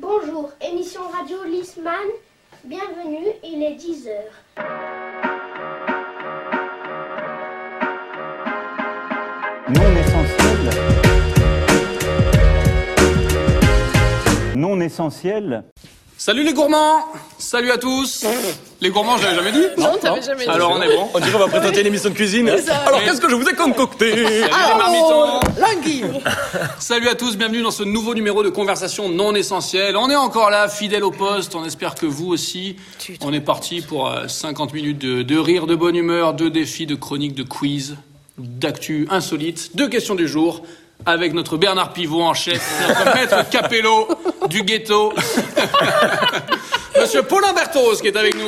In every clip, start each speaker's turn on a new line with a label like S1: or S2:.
S1: Bonjour, émission radio Lisman. Bienvenue, il est 10h.
S2: Non essentiel. Non essentiel.
S3: Salut les gourmands Salut à tous Les gourmands, j'avais jamais dit
S4: Non, t'avais jamais dit.
S3: Alors on est bon.
S5: On dirait qu'on va présenter une émission de cuisine. Alors qu'est-ce que je vous ai concocté
S3: Salut les marmitons
S4: Oh, Languille
S3: Salut à tous, bienvenue dans ce nouveau numéro de conversation non essentielle. On est encore là, fidèle au poste, on espère que vous aussi. On est parti pour euh, 50 minutes de, de rire, de bonne humeur, de défis, de chroniques, de quiz, d'actu insolite, de questions du jour. Avec notre Bernard Pivot en chef, notre maître Capello du ghetto, Monsieur Paulin Berthoz qui est avec nous.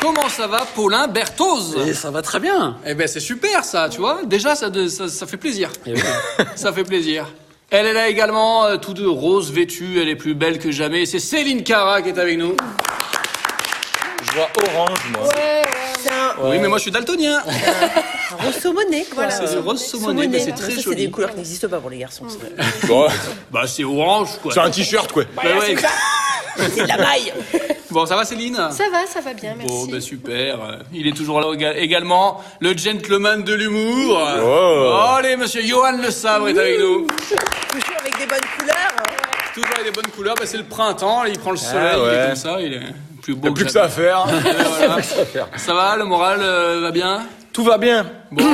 S3: Comment ça va, Paulin Berthoz
S5: Ça va très bien.
S3: Eh ben c'est super ça, tu vois. Déjà ça, de- ça, ça fait plaisir.
S5: Eh
S3: ça fait plaisir. Elle est là également, euh, tout de rose vêtue, elle est plus belle que jamais. C'est Céline Cara qui est avec nous.
S5: Je vois orange, moi.
S3: Oui, mais moi je suis daltonien.
S4: Rousseau Monet, quoi.
S3: C'est rose saumonné, mais c'est très
S4: Ça, c'est des
S3: joli.
S4: couleurs qui n'existent pas pour les garçons. ça.
S5: Bon,
S3: Bah c'est orange quoi.
S5: c'est un t-shirt, quoi.
S3: Bah, ouais.
S4: C'est de la maille
S3: Bon, ça va Céline
S6: Ça va, ça va bien, merci.
S3: Bon, bah super. Euh, Il est toujours là éga- également, le gentleman de l'humour.
S5: Oh.
S3: Allez, monsieur Johan Le Sabre est avec nous.
S4: Toujours avec des bonnes couleurs.
S3: Toujours avec des bonnes couleurs, bah, c'est le printemps, là, il prend le soleil, il
S5: Ah ouais.
S3: est comme ça, il est plus beau
S5: Plus que ça à faire.
S3: Ça va, le moral euh, va bien
S5: Tout va bien.
S3: Bon,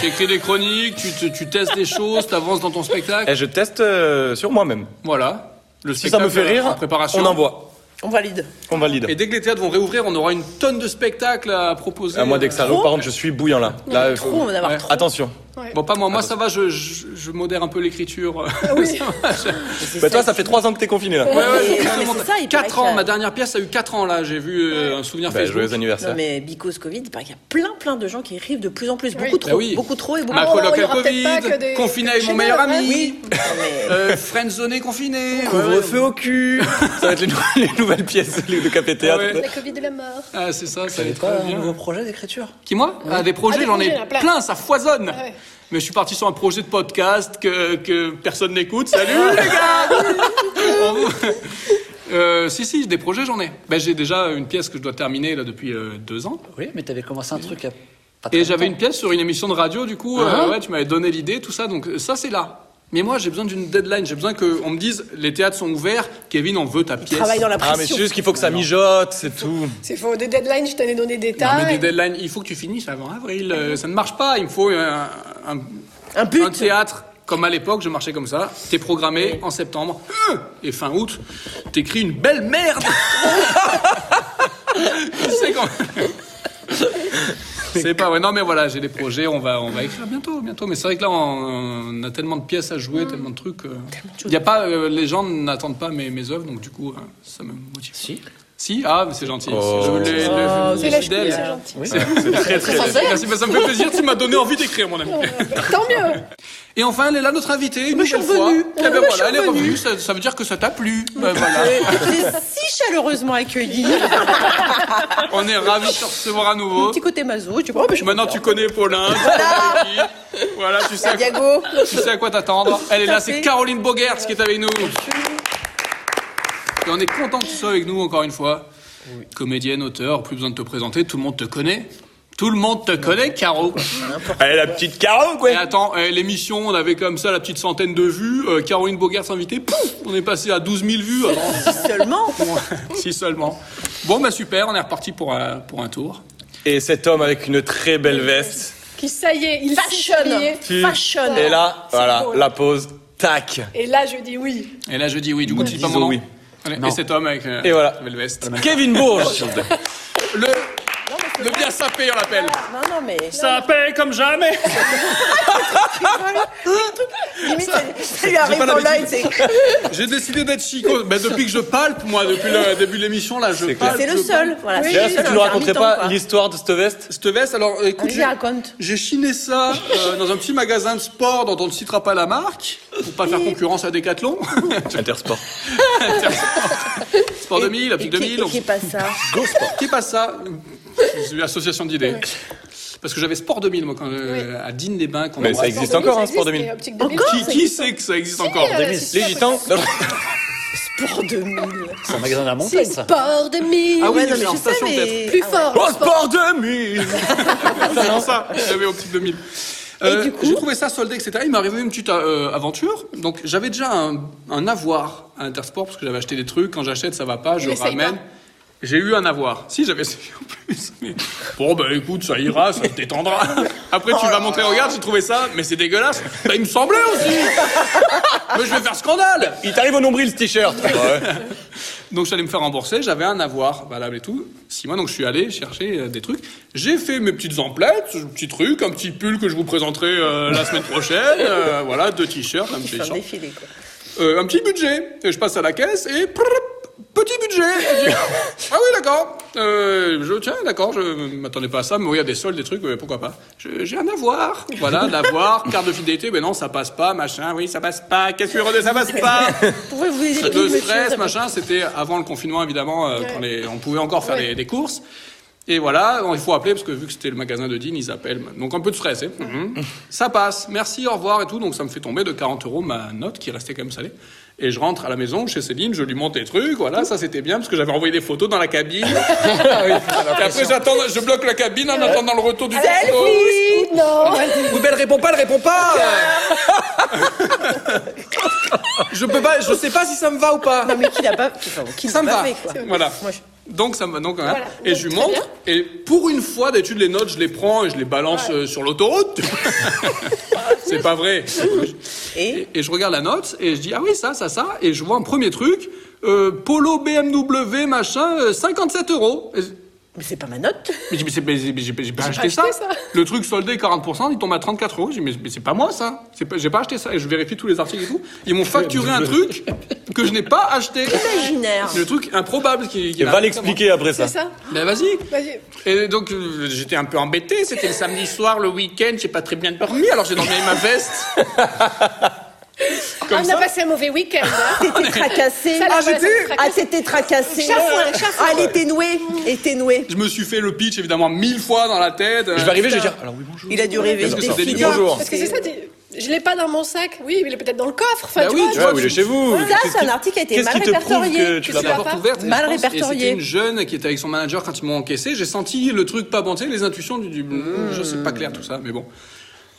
S3: t'écris des chroniques, tu, te- tu testes des choses, t'avances dans ton spectacle.
S5: Et je teste euh, sur moi-même.
S3: Voilà. Le
S5: Si ça me fait
S3: spectacle en
S5: rire,
S3: préparation.
S5: on envoie.
S4: On valide.
S5: On
S3: Et
S5: valide.
S3: dès que les théâtres vont réouvrir, on aura une tonne de spectacles à proposer. Euh,
S5: À moi, dès que ça
S4: Trop
S5: roule, par contre, je suis bouillant là. Là, il faut-
S4: Trop, on va en avoir
S3: Ah, Ouais.
S4: trop.
S5: Attention.
S3: Bon, pas
S5: Ah,
S3: moi, moi ça va, je, je, je modère un peu l'écriture.
S4: oui.
S3: Ça va, je-
S4: C'est
S5: Bah, toi, ça fait 3 ans que t'es confiné là.
S3: Ouais, ouais,
S4: mais-
S3: je-
S4: non, mais
S3: je-
S4: c'est ça, il paraît
S3: 4 ans,
S4: que-
S3: ma dernière pièce a eu 4 ans là, j'ai vu euh, un souvenir
S5: Bah,
S3: Facebook.
S5: joyeux anniversaire.
S4: Non, mais because Covid, bah, il paraît qu'il y a plein, plein de gens qui rient de plus en plus. Beaucoup trop.
S3: Bah oui.
S4: Beaucoup trop et beaucoup
S3: Ma
S4: trop.
S6: Oh,
S3: coloc
S6: il y
S3: à
S6: aura peut-être pas
S3: Covid,
S6: que des-
S3: confiné avec
S6: que
S3: mon
S6: des
S3: meilleur
S6: chinois,
S3: ami,
S4: Oui. Non, mais-
S3: euh, friendzoné confiné. ouais, ouais.
S5: Couvre-feu au cul. Ça va être les, nou- les nouvelles pièces de Café Théâtre.
S3: Ouais.
S6: La Covid de la mort.
S3: Ah, c'est ça, ça va être très bien.
S5: projet d'écriture
S3: Qui moi Ah, Des projets,
S6: Ah, des
S3: j'en ai
S6: projets, il y en a
S3: plein.
S6: plein. Ah
S3: ça foisonne.
S6: ouais.
S3: Mais je suis parti sur un projet de podcast que, que personne n'écoute. Salut les
S7: Ah.
S3: gars On vous- Euh, Si, si, des projets, j'en ai. Ben, j'ai déjà une pièce que je dois terminer là depuis euh, deux ans.
S7: Oui, mais t'avais commencé un truc à pas très
S3: Et j'avais une
S7: longtemps.
S3: pièce sur une émission de radio, du coup, euh,
S7: Hein
S3: ouais, tu m'avais donné l'idée, tout ça, donc euh, ça c'est là. Mais moi j'ai besoin d'une deadline, j'ai besoin qu'on me dise les théâtres sont ouverts, Kevin on veut ta pièce.
S4: Travaille dans la
S5: Ah, mais c'est
S4: pression.
S5: juste qu'il faut que ça mijote, c'est tout.
S6: C'est faux, des deadlines, je t'en ai donné des
S3: Non,
S6: tas.
S3: mais des deadlines, il faut que tu finisses avant avril, euh, ça ne marche pas, il me faut un- un,
S4: Un
S3: Un
S4: but.
S3: théâtre, comme à l'époque, je marchais comme ça. T'es programmé en septembre euh, et fin août, t'écris une belle merde. Tu sais quand- C'est pas vrai. Non, mais voilà, j'ai des projets. On va, on va écrire bientôt, bientôt. Mais c'est vrai que là, on, on a tellement de pièces à jouer, tellement de trucs. euh, Il y a pas, euh, les gens n'attendent pas mes, mes œuvres, donc du coup, euh, ça me motive.
S7: Si.
S3: Si, ah, mais c'est gentil.
S5: Oh.
S3: Je voulais
S4: Oh,
S3: le,
S6: C'est
S3: le
S6: lâche prise,
S3: fidèle.
S6: c'est gentil.
S5: Très, très,
S6: Sans faire.
S3: Merci, mais ça me fait plaisir. Tu m'as donné envie d'écrire, mon ami.
S6: Tant mieux.
S3: Et enfin, elle est là, notre invitée, une nouvelle fois.
S4: revenue.
S3: Eh ben
S4: Mais je suis
S3: voilà, elle est
S4: revenue.
S3: revenue, ça, ça veut dire que ça t'a plu. Ben voilà.
S4: J'ai Euh, si chaleureusement accueilli. Un
S3: On est ravis de te recevoir à nouveau.
S4: petit côté mazo. Tu vois, oh, mais je
S3: Maintenant, tu connais Paulin. tu connais Olivier. Voilà, tu sais, à quoi,
S4: Diago.
S3: tu sais à quoi t'attendre. Elle est là, c'est
S4: fait.
S3: Caroline Bogert qui est avec nous. Et on est content que tu sois avec nous encore une fois. Comédienne, auteur, plus besoin de te présenter, tout le monde te connaît. Tout le monde te connaît, Caro.
S5: Elle est la petite Caro, quoi.
S3: Et attends, eh, l'émission, on avait comme ça la petite centaine de vues. euh, Caroline Bogert s'invitait, pouf, on est passé à 12 000 vues. Alors,
S4: Seulement.
S3: si seulement. Bon, bah super, on est reparti pour, un- pour un tour.
S5: Et cet homme avec une très belle veste.
S6: Qui ça y est, il s'est plié.
S4: Fashion. Fashion.
S5: Et là, voilà,
S6: beau, là.
S5: la pause, tac.
S6: Et là, je dis oui.
S3: Et là, je dis oui, du coup, tu dis pas
S5: Disons
S3: mon nom.
S5: oui.
S3: Allez,
S7: Non.
S3: Et cet homme avec euh,
S5: Et voilà.
S3: la belle veste.
S5: Kevin Bourges.
S3: Le, le bien sapé, on l'appelle.
S4: Non, non, mais.
S3: Sapé comme jamais
S4: Limite, ça- ça lui arrive
S3: Ah. pas
S4: en live.
S3: l'habitude.
S4: C'est
S3: J'ai décidé d'être chico. Ben, depuis que je palpe, moi, depuis le début de l'émission, là, je
S5: C'est clair.
S3: palpe.
S4: c'est le
S3: je
S4: seul. Voilà, c'est
S5: D'ailleurs,
S4: le
S5: est-ce
S4: seul
S5: que tu nous raconterais
S4: intermittent,
S5: pas
S4: quoi.
S5: l'histoire de cette veste
S3: Cette veste, alors écoute,
S4: Vas-y,
S3: j'ai-
S4: raconte.
S3: j'ai chiné ça euh, dans un petit magasin de sport dont on ne citera pas la marque, pour pas faire concurrence à Decathlon.
S5: Intersport.
S3: sport 2000, Optique
S4: Et qui-
S3: 2000.
S4: et Qui est pas ça
S3: Qui passe ça C'est une association d'idées. Parce que j'avais Sport 2000, moi, quand, euh, à Digne-les-Bains. quand
S5: Mais
S3: on
S5: ça
S3: embrasse.
S5: existe encore, hein, Sport 2000.
S6: et Optique 2000.
S4: Encore
S3: Qui,
S6: ça
S3: qui
S6: existe.
S3: sait que ça existe encore Ah
S6: euh, si, si,
S5: Les gitans non,
S4: Sport 2000.
S7: C'est un magasin de la
S4: C'est
S7: montagne, ça.
S4: Sport 2000.
S3: Ah oui,
S4: Ouais, non,
S3: mais en
S4: je sais,
S3: station,
S4: mais-
S3: peut-être.
S6: Plus
S4: Ah ouais.
S6: fort.
S5: Oh, Sport 2000
S3: C'est pour ça, Eh j'avais Optique 2000. Euh,
S4: du coup
S3: J'ai trouvé ça soldé, etc. Il m'est arrivé une petite euh, aventure. Donc j'avais déjà un, un avoir à Intersport parce que j'avais acheté des trucs. Quand j'achète, ça va pas, je
S6: Mais essaye
S3: ramène.
S6: pas.
S3: J'ai eu un avoir. Si, j'avais essayé en plus. Mais... Bon, bah écoute, ça ira, ça te détendra. Après, tu vas montrer, regarde, j'ai trouvé ça, mais c'est dégueulasse. Bah, il me semblait aussi. mais je vais faire scandale.
S5: Il t'arrive au nombril, ce t-shirt
S3: Donc j'allais me faire rembourser, j'avais un avoir valable et tout. Six mois, donc je suis allé chercher euh, des trucs. J'ai fait mes petites emplettes, un petit truc, un petit pull que je vous présenterai euh, la semaine prochaine. euh, voilà, deux t-shirts, un petit
S4: C'est un
S3: short.
S4: défilé, quoi.
S3: Euh, un petit budget. Et je passe à la caisse et prrrp, petit budget. Et je dis, ah oui, d'accord. Euh, je tiens, d'accord. Je m'attendais pas à ça, mais oui, il y a des soldes, des trucs, euh, pourquoi pas. Je- J'ai un avoir. Voilà, l'avoir, carte de fidélité. Mais non, ça passe pas, machin. Oui, ça passe pas. Qu'est-ce que vous redez, ça passe pas.
S4: Pourquoi vous les
S3: Le stress, machin, c'était avant le confinement, évidemment, euh, quand les- on pouvait encore faire des, des courses. Et voilà, bon, il faut appeler, parce que vu que c'était le magasin de Digne, ils appellent. Donc un peu de stress, hein. Mhm. Ça passe, merci, au revoir et tout. Donc ça me fait tomber de 40 euros ma note, qui restait quand même salée. Et je rentre à la maison chez Céline, je lui montre les trucs, voilà, ça c'était bien, parce que j'avais envoyé des photos dans la cabine. et après, j'attends, je bloque la cabine en attendant le retour du texto.
S6: Non.
S5: Oui, ben elle répond pas, elle répond pas Je peux pas, je sais pas si ça me va ou pas
S4: Non, mais qui l'a pas, enfin, qui
S3: Ça
S4: l'a
S3: me
S4: pas
S3: va.
S4: fait, quoi.
S3: Voilà.
S4: Moi, je-
S3: Donc ça me donc hein. et je lui montre et pour une fois d'étude les notes je les prends et je les balance euh, sur l'autoroute. C'est pas vrai.
S4: Et
S3: Et je regarde la note et je dis ah oui ça ça ça et je vois un premier truc euh, Polo BMW machin euh, 57 euros. Et-
S4: Mais c'est pas ma note.
S3: Mais je dis, mais c'est- mais j'ai mais j'ai- j'ai pas acheté ça.
S6: ça.
S3: Le truc soldé 40%, il tombe à 34 euros. Je dis, mais, mais c'est pas moi ça. C'est pas- J'ai pas acheté ça. Et je vérifie tous les articles et tout. Ils m'ont facturé un truc que je n'ai pas acheté.
S4: Imaginaire.
S3: Le truc improbable qui, qui
S5: Va l'expliquer après ça.
S6: C'est ça.
S3: Ben vas-y.
S6: Vas-y.
S3: Et donc euh, j'étais un peu embêté, c'était le samedi soir, le week-end, j'ai pas très bien dormi, alors j'ai dormi avec ma veste.
S6: on a passé un mauvais week-end. hein.
S4: T'étais tracassé.
S6: Ça, la Ah, j'étais- presse, elle
S4: Ah, t'étais tracassé.
S6: Chafouin, chafouin.
S4: Ah, elle était nouée. Elle était nouée.
S3: Je me suis fait le pitch évidemment mille fois dans la tête.
S5: Je vais arriver, je vais dire. Alors oui, bonjour.
S4: Il a dû rêver.
S5: Parce que
S4: des
S5: ça fait
S4: filles.
S5: bonjour.
S6: Parce que c'est ça, tu- je l'ai pas dans mon sac. Oui, mais il est peut-être dans le coffre. Enfin,
S3: Bah
S6: tu
S3: oui,
S6: vois,
S3: tu
S5: Ouais,
S3: vois,
S5: Ah oui, il est chez vous.
S4: Ça,
S5: Qu'est-ce
S4: c'est un
S5: qui-
S4: article qui a été
S5: qu'est-ce
S4: mal
S5: qui te prouve que
S4: répertorié.
S5: tu
S6: que
S5: l'as pas
S6: c'est
S3: la porte
S6: pas.
S3: ouverte. et
S4: Mal
S3: je pense- et
S4: répertorié.
S3: C'était une jeune qui était avec son manager quand ils m'ont encaissé. J'ai senti le truc pas banté, les intuitions du. du- Je sais pas clair tout ça, mais bon.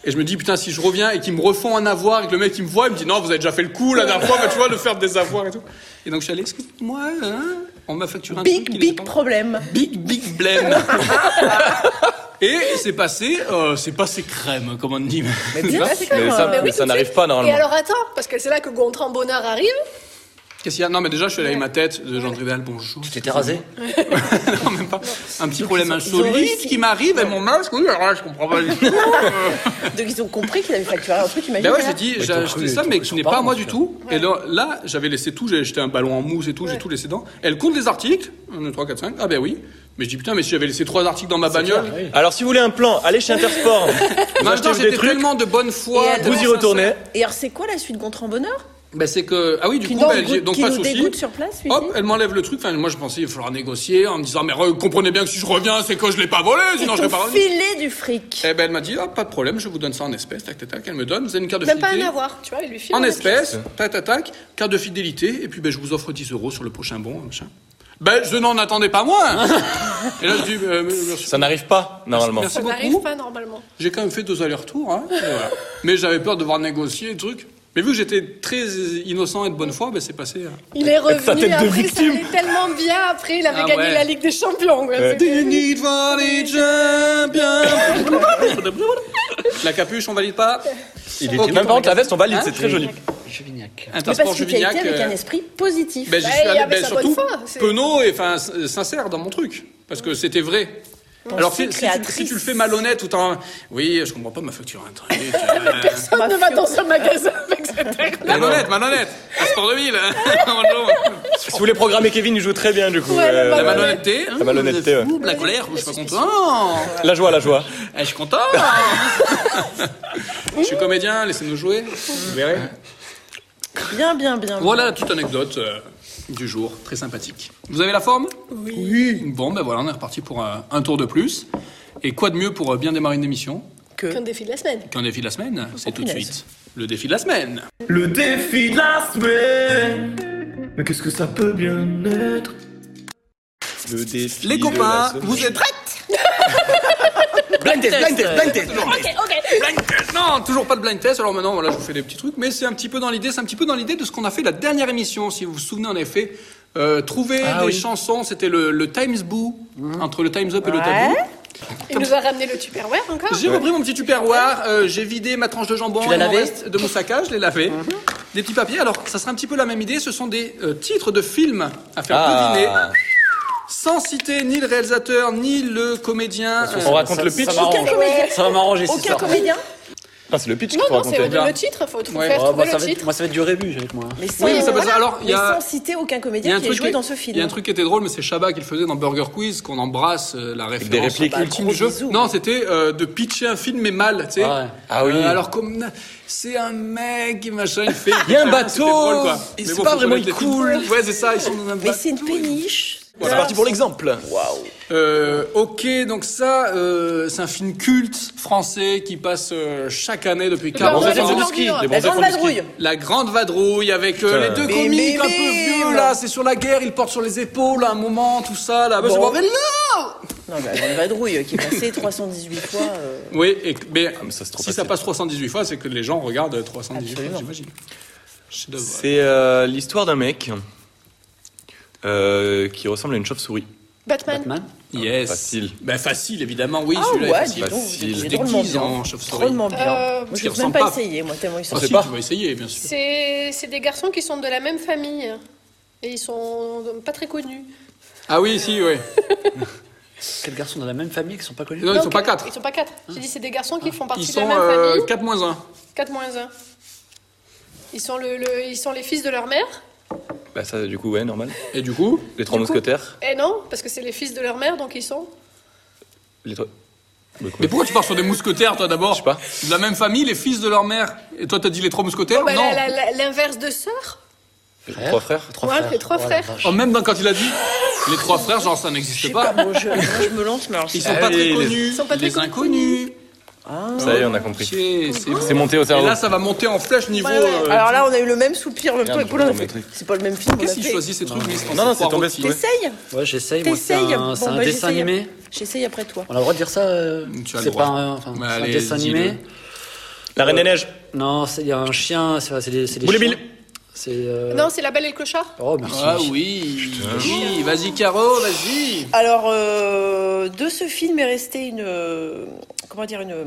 S3: Et je me dis, putain, si je reviens et qu'ils me refont un avoir et que le mec il me voit, il me dit, non, vous avez déjà fait le coup la dernière fois, bah, tu vois, de faire des avoirs et tout. Et donc je suis allé, excuse-moi, hein, on m'a facturé un truc,
S4: Big,
S3: il est
S4: big
S3: pas-
S4: problème.
S3: Big Big Blême. Et c'est passé, euh, c'est passé crème, comme on dit.
S4: Bien
S5: Mais
S4: sûr.
S5: ça,
S6: Bah oui,
S5: mais
S6: tout
S5: ça
S6: de
S5: n'arrive
S6: suite.
S5: pas
S6: Et
S5: normalement.
S6: alors attends, parce que c'est là que Gontran Bonnard arrive.
S3: Qu'est-ce qu'il y a Non, mais déjà, je suis allé avec ma tête de Jean Drival, bonjour.
S7: Tu t'étais rasé
S3: Non, même pas. Un petit problème
S4: ont
S3: insolite
S4: réussi.
S3: qui m'arrive et mon masque, oui, alors là, je comprends pas du tout.
S4: Donc, ils ont compris qu'il avait facturé un truc, imagine.
S3: Ben Bah ouais, j'ai dit, j'ai
S7: t'as
S3: acheté
S7: cru,
S3: ça,
S7: t'as
S3: mais
S7: cru
S3: qui
S7: son
S3: n'est pas à
S7: parent,
S3: moi
S7: en
S3: du
S7: tout
S3: tout. Et là, là, j'avais laissé tout, j'ai acheté un ballon en mousse et tout, j'ai tout laissé dedans. Elle compte les articles, 1, 2, 3, 4, 5, ah ben oui. Mais je dis, putain, mais si j'avais laissé trois articles dans ma bagnole,
S5: Alors si vous voulez un plan, allez chez Intersport. Vous
S3: maintenant,
S5: achetez des
S3: j'étais
S5: trucs,
S3: tellement de bonne foi.
S4: Et
S3: de
S4: alors-
S5: vous y
S3: sincère.
S5: retournez.
S4: Et alors, c'est quoi la suite de Gontran Bonheur
S3: Ben c'est que ah oui du
S4: Qui
S3: coup
S4: nous
S3: ben,
S4: dégoûte-
S3: j'ai- donc
S4: qui
S3: pas de
S4: nous
S3: souci.
S4: dégoûte sur place, lui,
S3: Hop,
S4: dit.
S3: elle m'enlève le truc. Enfin moi je pensais il va falloir négocier en me disant mais re- comprenez bien que si je reviens c'est que je l'ai pas volé sinon je l'ai pas
S4: Ton
S3: volé.
S4: filet du fric.
S3: Eh ben elle m'a dit ah, pas de problème je vous donne ça en espèces tac tac tac elle me donne vous avez une carte de
S6: Même pas un
S3: fidélité.
S6: avoir, tu vois, il lui file.
S3: en
S6: un-
S3: espèces tac tac tac carte de fidélité et puis ben je vous offre 10 euros sur le prochain bon machin. Ben je n'en attendais pas moins. et là je dis euh, merci.
S5: Ça n'arrive pas normalement.
S3: Merci
S6: Ça n'arrive
S3: beaucoup.
S6: pas normalement.
S3: J'ai quand même fait deux allers-retours. Hein, et voilà. Mais j'avais peur de devoir négocier et trucs. Mais vu que j'étais très innocent et de bonne foi ben c'est passé. euh,
S6: Il est
S5: sa tête
S6: revenu
S5: de
S6: après, ça
S5: victime.
S6: allait tellement bien. Après, il avait
S3: Ah
S6: gagné
S3: ouais.
S6: la Ligue des Champions. quoi. C'est-
S3: need for the champion. La capuche, on valide pas.
S5: Il
S3: Ok,
S5: était même par contre la veste, on valide,
S3: Hein
S5: c'est très joli.
S7: Juvignac.
S4: Mais
S3: Intersport
S4: parce que tu as
S3: Juvignac.
S4: été avec
S3: euh,
S4: un esprit positif.
S3: ben, j'y
S6: Ouais,
S3: suis
S6: Bah, il
S3: allé-
S6: avait
S3: ben,
S6: sa bonne
S3: surtout
S6: foi, c'est-
S3: penaud et enfin s- euh, sincère dans mon truc parce que c'était vrai. Alors si,
S4: Pensée
S3: si tu,
S4: créatrice.
S3: si tu le fais malhonnête ou t'en oui je comprends pas ma facture un truc, euh,
S6: Personne ne va dans un magasin avec cette air.
S3: euh, malhonnête malhonnête à sport 2000 hein. Bonjour.
S5: Si vous voulez programmer Kevin, il joue très bien du coup.
S6: Ouais,
S5: Euh,
S6: la
S3: la
S5: la,
S3: malhonnêteté hein,
S5: malhonnêteté, ouais.
S3: fou, la colère je suis pas content
S5: la joie, la joie.
S3: Eh, je suis content je suis comédien laissez-nous jouer vous verrez
S4: Bien, bien, bien.
S3: Voilà la toute anecdote euh, du jour, très sympathique. Vous avez la forme oui. Bon, ben voilà, on est reparti pour euh, un tour de plus. Et quoi de mieux pour euh, bien démarrer une émission
S4: Que
S6: Qu'un défi de la semaine.
S3: qu'un défi de la semaine C'est tout de
S4: punaise.
S3: suite le défi de la semaine.
S8: Le défi de la semaine Mais qu'est-ce que ça peut bien être
S5: Le défi.
S3: Les
S5: de
S3: copains,
S5: la semaine.
S3: vous êtes prêts
S5: Blind test, blind test, blind test.
S3: Blind test Non, toujours pas de blind test. Alors maintenant, voilà, je vous fais des petits trucs, mais c'est un petit peu dans l'idée, c'est un petit peu dans l'idée de ce qu'on a fait la dernière émission, si vous vous souvenez en effet. Euh, trouver des chansons, c'était le, le Times Boo, entre le Times Up et le Taboo.
S6: Il nous a ramené le Tupperware encore.
S3: J'ai repris mon petit tupperware, euh, j'ai vidé ma tranche de jambon,
S7: Tu l'as
S3: et mon
S7: lavé
S3: reste de mon saccage, je l'ai lavé. Des petits papiers, alors ça sera un petit peu la même idée, ce sont des euh, titres de films à faire deviner,
S5: Ah,
S3: sans citer ni le réalisateur, ni le comédien. Euh,
S5: on raconte le pitch.
S7: Ça m'arrange.
S6: comédien.
S7: Ça va m'arranger, c'est
S6: Aucun
S7: ça.
S6: comédien
S5: Ah, c'est le pitch qu'il
S6: Non,
S5: faut
S6: non, c'est
S5: raconter.
S6: le, le titre, faut tr-
S3: Ouais.
S6: faire
S7: Oh,
S6: trouver
S7: bah,
S6: le
S7: ça va être-
S6: titre.
S7: moi, ça va être du rébus avec moi.
S4: Mais sans,
S3: Oui, mais ça peut
S4: voilà,
S3: être- alors, il y a-
S4: mais sans citer aucun
S3: Il y a
S4: comédien
S3: un
S4: qui est
S3: truc
S4: joué
S3: qui-
S4: dans ce film.
S3: il y a un truc qui était drôle, mais c'est Chabat qui le faisait dans Burger Quiz, qu'on embrasse euh, la référence.
S5: des répliques
S3: à-
S5: ultimes
S3: au
S4: du bisou.
S3: Non, c'était euh, de pitcher un film mais mal, tu sais. Euh,
S7: Ah ouais.
S5: Ah oui.
S3: alors comme c'est un mec, machin, il fait.
S7: Il y a un
S3: C'était
S7: bateau,
S3: drôle, quoi.
S7: et
S3: Mais
S7: c'est
S3: bon,
S7: pas
S3: faut
S7: vraiment
S3: connaître les films.
S7: cool.
S3: Ouais, c'est ça. Ils sont dans un
S4: Mais
S3: bateau.
S4: c'est une péniche.
S5: C'est parti pour l'exemple.
S3: Euh, ok, donc ça, euh, c'est un film culte français qui passe euh, chaque année depuis
S5: Bah,
S3: 40
S6: Burger
S3: ans.
S6: Quiz.
S4: La grande vadrouille.
S3: La grande vadrouille avec euh, les deux
S4: Mais,
S3: comiques
S4: mais,
S3: un peu
S4: mais,
S3: vieux
S4: mais.
S3: là, c'est sur la guerre, ils portent sur les épaules à un moment, tout ça là. Bah, c'est
S4: Bon.
S3: pas vrai, non
S4: Non, la grande vadrouille qui est passée 318 fois. euh,
S3: Oui, et, mais,
S5: Ah, mais ça, c'est trop
S3: si ça
S5: facile.
S3: passe 318 fois, c'est que les gens regardent 318 fois,
S4: Absolument.
S3: j'imagine. Chef-d'œuvre.
S5: C'est euh, l'histoire d'un mec euh, qui ressemble à une chauve-souris.
S6: Batman.
S7: Batman.
S3: Yes.
S5: Facile.
S3: Bah, facile, évidemment, oui.
S4: Ah
S3: celui-là est
S4: ouais, dis
S3: facile.
S4: donc, vous
S5: Facile.
S4: êtes
S3: Des
S4: drôlement
S3: guises
S4: bien.
S3: en chauve-souris.
S4: hein. Drôlement bien.
S6: Euh,
S4: moi,
S3: qui
S4: je vais même
S3: ressemble
S4: pas,
S3: pas.
S4: essayer, moi, tellement ils sont.
S3: Ah, si,
S5: pas.
S3: tu vas essayer, bien sûr.
S6: C'est c'est des garçons qui sont de la même famille. Et ils sont pas très connus.
S3: Ah oui, si, oui.
S7: Quels garçons dans la même famille qui sont pas connus
S3: Non, ils sont pas quatre. Ah.
S6: Ils sont pas quatre. J'ai dit, c'est des garçons qui font partie
S3: Ils
S6: de
S3: sont
S6: la même
S3: euh,
S6: famille.
S3: 4 moins 1.
S6: 4 moins 1. Ils sont, le, le- ils sont les fils de leur mère
S5: Bah ça, du coup, ouais, normal.
S3: Et du coup
S5: Les trois mousquetaires.
S6: Eh non, parce que c'est les fils de leur mère, donc ils sont.
S5: Les trois. Bah, quoi.
S3: Mais pourquoi tu pars sur des mousquetaires, toi, d'abord
S5: Je sais pas.
S3: De la même famille, les fils de leur mère. Et toi, t'as dit les trois mousquetaires
S6: Bah,
S3: Oh, Non.
S6: la- la- la- L'inverse de sœurs
S5: Les trois frères.
S7: Trois
S6: Ouais, les trois
S7: Oh la
S6: frères.
S7: vache.
S3: Oh, même dans, quand il a dit les trois frères, genre ça
S4: Je
S3: n'existe
S4: sais
S3: pas.
S4: pas, moi, je, moi, je me lance, mais alors
S3: Ils
S4: c'est
S3: sont Ah, pas
S5: Allez,
S3: très
S5: Ah les-
S3: connus.
S6: Ils sont pas très
S3: les inconnus.
S5: Ça y est, on a compris.
S3: Ok, c'est bon.
S5: C'est monté au
S3: Et
S5: cerveau.
S3: là, ça va monter en flèche niveau.
S4: Ouais, ouais.
S3: euh,
S4: Ah. Alors là, on a eu le même soupir, le même
S5: Merde,
S4: truc.
S5: je
S4: Oula,
S5: vais
S4: on
S5: tomber.
S4: fait- C'est pas le même film. qu'on
S3: Qu'est-ce
S4: a
S3: qu'il
S4: fait.
S3: choisit ces trucs lui,
S5: Non, non, c'est
S3: sans
S5: tombé.
S3: croire
S5: c'est tombé.
S4: T'essayes
S7: Ouais, j'essaye. moi, C'est
S4: T'essayes
S7: un, c'est un
S4: Bon, bah,
S7: dessin
S4: j'essaye.
S7: animé.
S4: J'essaye après toi.
S7: On a le droit de dire ça euh,
S3: Tu as le
S7: C'est
S3: droit.
S7: pas un, enfin,
S3: Mais
S7: c'est un
S3: allez,
S7: dessin
S3: dis-le.
S7: animé
S5: La Reine des Neiges.
S7: Non, c'est- il y a un chien, c'est c'est des, c'est des
S5: Boule et
S7: chiens.
S5: Bill.
S7: C'est. euh,
S6: Non, c'est la belle et le clochard.
S7: Oh, merci.
S3: Ah oui. Oui, vas-y, Caro, vas-y.
S4: Alors, euh, de ce film est resté une. euh, comment dire une, euh,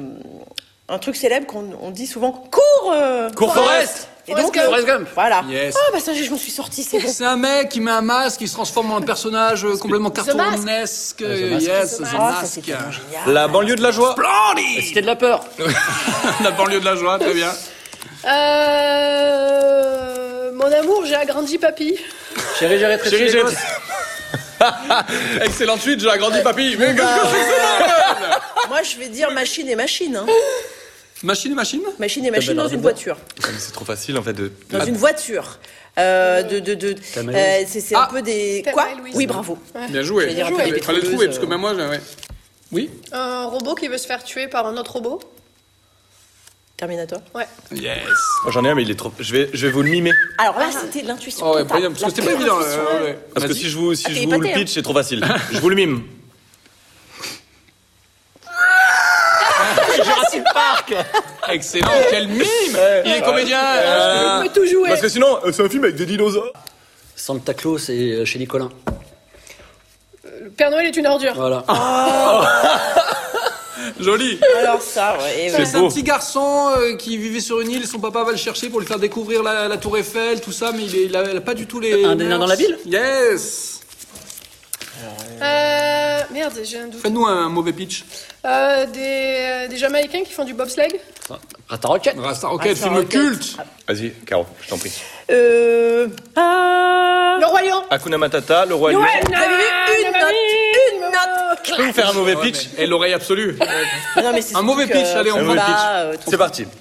S4: Un truc célèbre qu'on on dit souvent cours euh,
S5: Cours Forest.
S4: Et donc,
S7: Gump. Forrest Gump.
S4: Voilà.
S3: Yes.
S4: Ah, bah ça, je je m'en suis sortie, c'est bon.
S3: C'est un mec qui met un masque, qui se transforme en un personnage euh, complètement cartoonesque.
S7: Mask.
S3: Yes, The
S4: Ah, ça,
S3: Mask.
S4: c'est tellement génial.
S3: Euh.
S5: La banlieue de la joie.
S7: C'était de la peur.
S3: La banlieue de la joie, très bien.
S6: Euh, Mon amour, j'ai agrandi papy.
S7: Chérie, j'ai rétréci
S5: Chérie,
S7: les
S5: j'ai-
S7: gosses.
S3: Excellente suite, j'ai agrandi papy. Mais qu'est-ce que c'est
S4: Moi, je vais dire machine et machine. hein.
S3: Machine et machine
S4: Machine et
S3: Eh ben,
S4: machine
S7: belle
S4: dans une
S7: raison.
S4: voiture.
S5: Ah, mais C'est trop facile en fait de. de-
S3: Ah.
S4: Dans une voiture. Euh, de, de, de,
S7: Thelma
S4: euh,
S7: et
S4: c'est c'est
S3: Ah.
S4: un peu des.
S6: Thelma
S4: Quoi
S6: et Louise.
S4: Oui, bravo.
S3: Bien joué.
S4: J'allais dire,
S3: Il
S4: après,
S3: fallait
S4: les
S3: fallait le
S4: trouveuses,
S3: trouver, parce que
S4: euh.
S3: même moi, j'ai- ouais. Oui
S6: Un robot qui veut se faire tuer par un autre robot.
S4: Terminator.
S6: Ouais.
S3: Yes.
S5: Oh, J'en ai un, mais il est trop. Je vais, je vais vous le mimer.
S4: Alors là, c'était de l'intuition.
S3: Oh ouais, brillant,
S4: totale.
S3: parce que
S4: La
S3: c'était pas évident.
S4: préparation.
S3: euh, ouais.
S5: Parce que
S3: Vas-y.
S5: si je vous, si
S4: Ah,
S5: je
S4: t'es
S5: vous le
S4: épaté, hein.
S5: pitch, c'est trop facile. je vous le mime.
S7: Jurassic Park.
S3: Excellent, quel mime Il est comédien euh,
S6: On peut tout jouer.
S5: Parce que sinon, euh, c'est un film avec des dinosaures.
S7: Santa Claus et euh, chez Nicolas.
S6: Le Père Noël est une ordure.
S7: Voilà.
S4: Ah.
S3: Joli
S4: Alors ça, ouais. et ouais.
S3: C'est un petit garçon euh, qui vivait sur une île, son papa va le chercher pour lui faire découvrir la, la tour Eiffel, tout ça, mais il, est- il a, il a pas du tout les...
S7: Un nain dans la ville
S3: Yes
S6: Euh, merde, j'ai un doute.
S3: Faites-nous un mauvais pitch.
S6: Euh, des, des Jamaïcains qui font du bobsleigh.
S7: Rata Ah, Rocket.
S3: Rasta Rocket,
S4: Rocket,
S3: film
S4: Rocket.
S3: culte
S5: Vas-y, Caro, je t'en prie.
S4: Euh... Ah...
S6: Le Roi Lion.
S5: Hakuna Matata, le roi lion.
S4: Vous avez vu une note, une note.
S5: Je peux vous faire un mauvais pitch
S3: Et l'oreille absolue
S4: Non, mais c'est
S3: Un
S4: ce
S3: mauvais
S4: truc,
S3: pitch, allez, on
S4: faut
S5: prend le
S4: pas, euh, trop-
S5: C'est parti. Alors,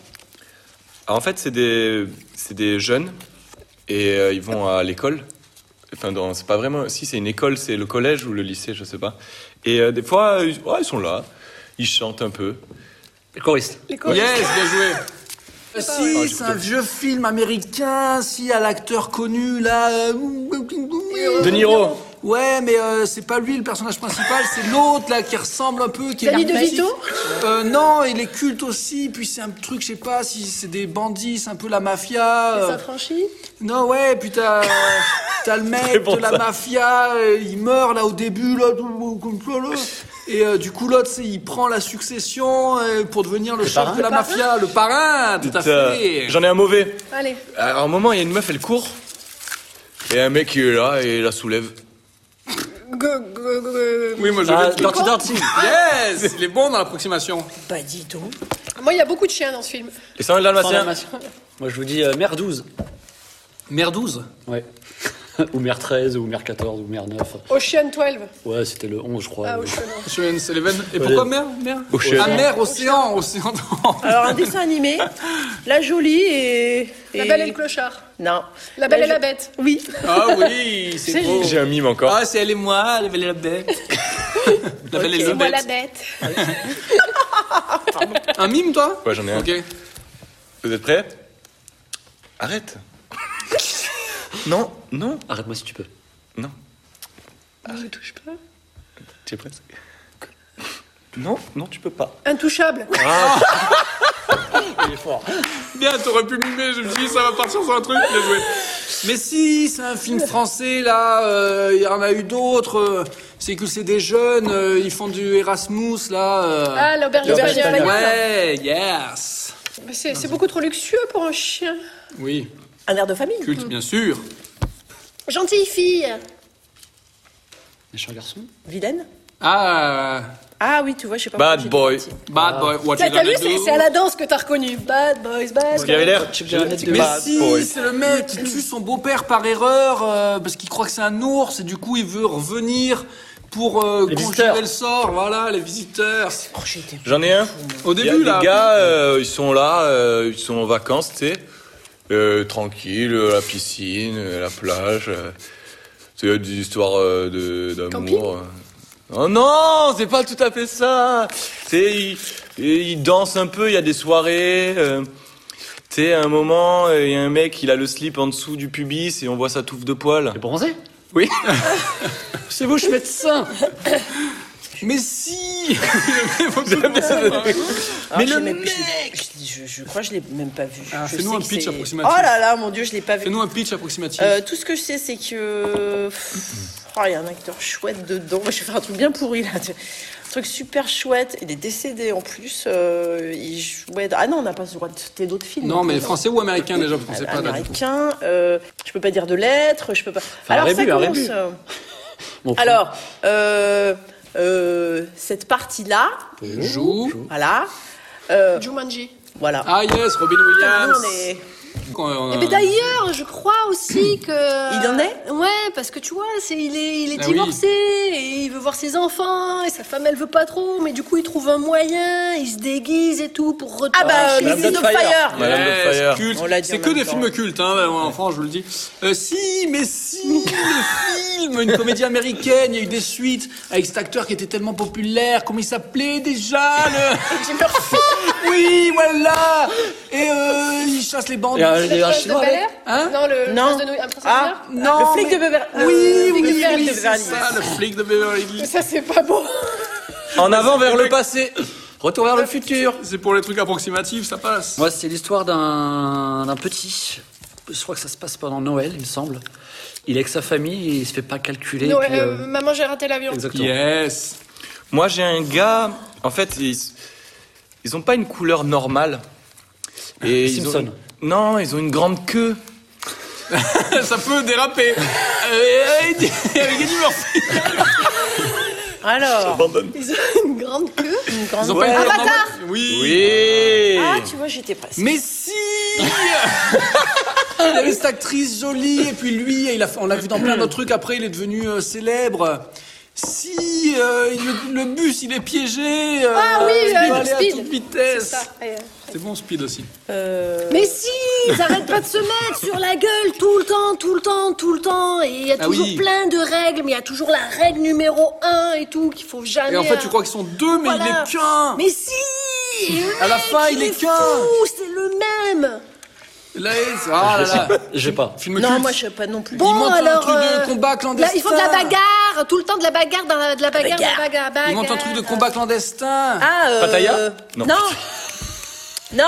S5: Ah, en fait, c'est des, c'est des jeunes et euh, ils vont à l'école. Enfin, dans- c'est pas vraiment. Si c'est une école, c'est le collège ou le lycée, je sais pas. Et euh, des fois, ils, ouais, ils sont là.
S9: Ils chantent un peu.
S7: Les choristes.
S6: Les choristes.
S3: Yes, bien joué.
S7: Ah,
S3: Euh, Si
S7: j'ai
S3: c'est un vieux film américain, si y a l'acteur connu là. euh,
S7: De Niro.
S3: Ouais, mais euh, c'est pas lui le personnage principal, c'est l'autre là qui ressemble un peu. Qui est
S6: Danny
S3: narcissique.
S6: DeVito
S3: euh, Non, il est culte aussi. Puis c'est un truc, je sais pas si c'est des bandits, c'est un peu la mafia.
S6: Les
S3: euh,
S6: affranchis.
S3: non, ouais, puis t'as t'as le mec de la mafia, euh, il meurt là au début, là, tout le monde comme ça, là. Et euh, du coup, l'autre, c'est- il prend la succession euh, pour devenir le chef de la mafia, le parrain, tout à
S5: Euh,
S9: Putain,
S3: fait.
S9: J'en ai un mauvais.
S6: Allez.
S9: À un moment, il y a une meuf, elle court. Et un mec, il est là et il la soulève.
S6: Go, go, go, go.
S3: Oui, moi je
S7: Ah, Dirty Dirty.
S3: Yes Il est bon dans l'approximation.
S4: Bah dis donc.
S6: Moi, il y a beaucoup de chiens dans ce film.
S9: Et ça, un dalmatien.
S7: Moi, je vous dis euh, mère 12.
S3: Mère 12
S7: Ouais. ou mère 13, ou mère 14, ou mère 9.
S6: Ocean 12.
S7: Ouais, c'était le 11, je crois.
S6: Ah,
S7: Ouais.
S6: Ocean.
S3: Ocean Sullivan. Et pourquoi
S7: Ouais.
S3: mer Mer
S9: Ocean.
S3: Ah, mer, océan, océan.
S4: Alors un dessin animé, La Jolie et,
S6: La belle et le clochard.
S4: Non.
S6: La belle et la
S4: Jo-
S6: bête.
S4: Oui.
S3: ah oui, c'est beau.
S9: J'ai un mime encore.
S3: Ah, c'est elle et moi, la belle et la bête. la belle et
S6: C'est
S3: le
S6: moi la
S3: bête.
S6: bête.
S3: Un mime, toi
S9: Ouais, j'en ai un.
S3: Ok.
S9: Vous êtes prêts Arrête. non, non,
S7: Arrête-moi si tu peux.
S9: non.
S6: Je touche pas.
S9: Tu es presque. Non, non, tu peux pas.
S6: Intouchable.
S3: Bien, t'aurais pu mimer, je me suis dit, ça va partir sur un truc, bien joué. Mais si, c'est un film français, là, euh, il y en a eu d'autres. euh, C'est que c'est des jeunes, euh, ils font du Erasmus, là. euh.
S6: Ah, l'auberge
S7: L'auberge
S6: espagnole.
S3: ouais, yes
S6: Mais C'est c'est beaucoup trop luxueux pour un chien.
S3: Oui,
S4: Un air de famille.
S3: culte, bien sûr.
S10: Gentille fille.
S7: Méchant garçon.
S4: Vilaine.
S3: Ah,
S4: Ah oui, tu vois, je sais pas.
S9: Bad
S4: pourquoi j'ai
S9: boy.
S4: dit.
S3: bad boy, what
S6: T'as
S3: you
S6: t'as vu,
S3: gonna
S6: c'est
S3: do?
S6: c'est à la danse que t'as reconnu. Bad boys, bad
S9: Il
S6: boys.
S9: avait l'air.
S3: Mais
S9: Bad
S3: si,
S9: boy.
S3: c'est le mec qui tue son beau-père par erreur euh, parce qu'il croit que c'est un ours et du coup il veut revenir pour euh,
S7: Les
S3: conjurer
S7: visiteurs.
S3: le sort. Voilà, les visiteurs.
S4: Oh, j'ai été-
S9: J'en ai un.
S3: Au
S9: Il y a
S3: début,
S9: des
S3: là.
S9: gars, euh, ils sont là, euh, ils sont en vacances, tu sais. Euh, tranquille, euh, la piscine, euh, la plage. euh, c'est des histoires euh, de- d'amour. euh. Oh non, c'est pas tout à fait ça. Tu sais, ils, et ils dansent un peu, il y a des soirées. euh, tu sais, à un moment, euh, il y a un mec, il a le slip en dessous du pubis et on voit sa touffe de poils.
S7: Le bronzé.
S3: Oui.
S7: C'est vous, je suis médecin.
S3: Mais si
S4: Alors, Ah, je l'ai même- je l'ai- je- je- Je crois que je l'ai même pas vu.
S3: Ah,
S4: Je
S3: fais-nous
S4: sais
S3: un
S4: que
S3: pitch
S4: c'est-
S3: approximatif.
S4: Oh là là, mon dieu, je l'ai pas vu.
S3: Fais-nous un pitch approximatif.
S4: Euh, tout ce que je sais, c'est que. pff, oh, Il y a un acteur chouette dedans. Je vais faire un truc bien pourri là. Un truc super chouette. Il est décédé en plus. Euh, il jouait. dans- Ah non, on n'a pas le droit de citer d'autres films. hein.
S3: non, mais
S4: Attends.
S3: français ou américain déjà, parce qu'on sait
S4: Alors,
S3: pas là du coup.
S4: Ah, américain. euh, je peux pas dire de lettres. Je peux pas. Alors
S7: un rébut,
S4: ça
S7: un
S4: commence.
S7: rébut.
S4: euh,
S7: Bon,
S4: Alors euh, euh, cette partie là,
S3: Joue.
S4: voilà, euh,
S6: Jumanji.
S4: voilà.
S3: Ah yes, Robin
S4: Nous,
S3: Williams.
S4: on est- Eh,
S3: Quand, euh,
S11: Et mais d'ailleurs, je crois aussi que.
S4: Il y en est
S11: Ouais, parce que tu vois, c'est il est, il est
S3: Ah oui.
S11: divorcé et il veut voir ses enfants et sa femme elle veut pas trop, mais du coup il trouve un moyen, il se déguise et tout pour retourner.
S4: Ah bah euh,
S11: chez
S4: Mrs.
S11: lui.
S4: of Fire.
S3: yes,
S9: Madame de Fire.
S3: culte.
S4: On l'a dit
S3: C'est
S4: en
S3: que
S4: même
S3: des
S4: temps.
S3: films cultes, hein, en France, je vous le dis. Euh, si, mais si, le film, une comédie américaine, il y a eu des suites avec cet acteur qui était tellement populaire, comment il s'appelait déjà le...
S4: Jim Murphy.
S3: Oui, voilà Et euh, il chasse les bandits.
S7: Et, euh,
S6: Le
S7: les
S6: prince de
S7: Chinois,
S6: Bel Air
S3: Hein
S6: Non, le
S4: Non.
S6: prince de New- un prince de Bel
S4: Ah
S6: Air
S3: non,
S4: le flic
S3: mais-
S4: de Beverly.
S3: Oui, oui,
S4: le flic de
S3: oui,
S4: Beverly
S3: oui,
S4: de
S3: c'est
S4: Beverly.
S3: ça, le flic de Beverly Hills.
S6: Mais ça, c'est pas beau.
S9: En avant vers le passé.
S7: Retour vers le futur.
S3: C'est pour les trucs approximatifs, ça passe.
S7: Moi, c'est l'histoire d'un d'un petit. Je crois que ça se passe pendant Noël, il me semble. Il est avec sa famille, il se fait pas calculer.
S6: Non,
S7: et puis,
S6: euh,
S7: euh,
S6: maman, j'ai raté l'avion.
S7: Exactement.
S3: Yes.
S9: Moi, j'ai un gars. En fait, ils, ils ont pas une couleur normale.
S5: Ah,
S9: Et
S7: Les
S9: ils ont-
S7: Simpsons.
S9: non, ils ont une grande queue.
S3: ça peut déraper. Euh, Avec Eddie Murphy.
S4: Alors.
S11: Ils ont une grande queue.
S4: Une grande
S3: Ils ont pas une couleur
S4: Avatar.
S5: Ah.
S3: normale. Oui.
S9: Oui.
S4: Ah, tu vois, j'étais presque.
S3: Mais si Il y avait cette actrice jolie, et puis lui, il a, on l'a vu dans plein d'autres trucs, après il est devenu euh, célèbre. Si euh, il- le, le bus il est piégé, euh,
S6: Ah oui,
S3: il
S6: euh,
S3: doit aller à
S6: Speed.
S3: toute
S6: Ça,
S3: vitesse.
S6: et, euh,
S3: C'est bon, Speed aussi.
S4: Euh,
S12: Mais si Ils arrêtent pas de se mettre sur la gueule tout le temps, tout le temps, tout le temps. Et il y a
S3: Ah
S12: toujours
S3: oui.
S12: plein de règles, mais il y a toujours la règle numéro 1 et tout qu'il faut jamais.
S3: Et en fait,
S6: euh,
S3: tu crois qu'ils sont deux, mais
S12: Voilà.
S3: il est qu'un
S12: Mais si
S3: À la fin, il est qu'un
S12: fou, C'est le même
S3: Là, c'est- ah là là
S7: J'ai pas.
S3: Film
S4: Non,
S3: culte.
S4: moi je sais pas non plus.
S12: Bon,
S3: il manque
S12: alors,
S3: un truc
S12: euh,
S3: de combat clandestin.
S12: Là, ils font de la bagarre, tout le temps de la bagarre, dans la- de la bagarre, de la bagarre, bagarre.
S3: Il manque un truc de combat clandestin.
S4: Ah, euh,
S5: Pattaya
S4: Non.
S5: Non.
S4: Non.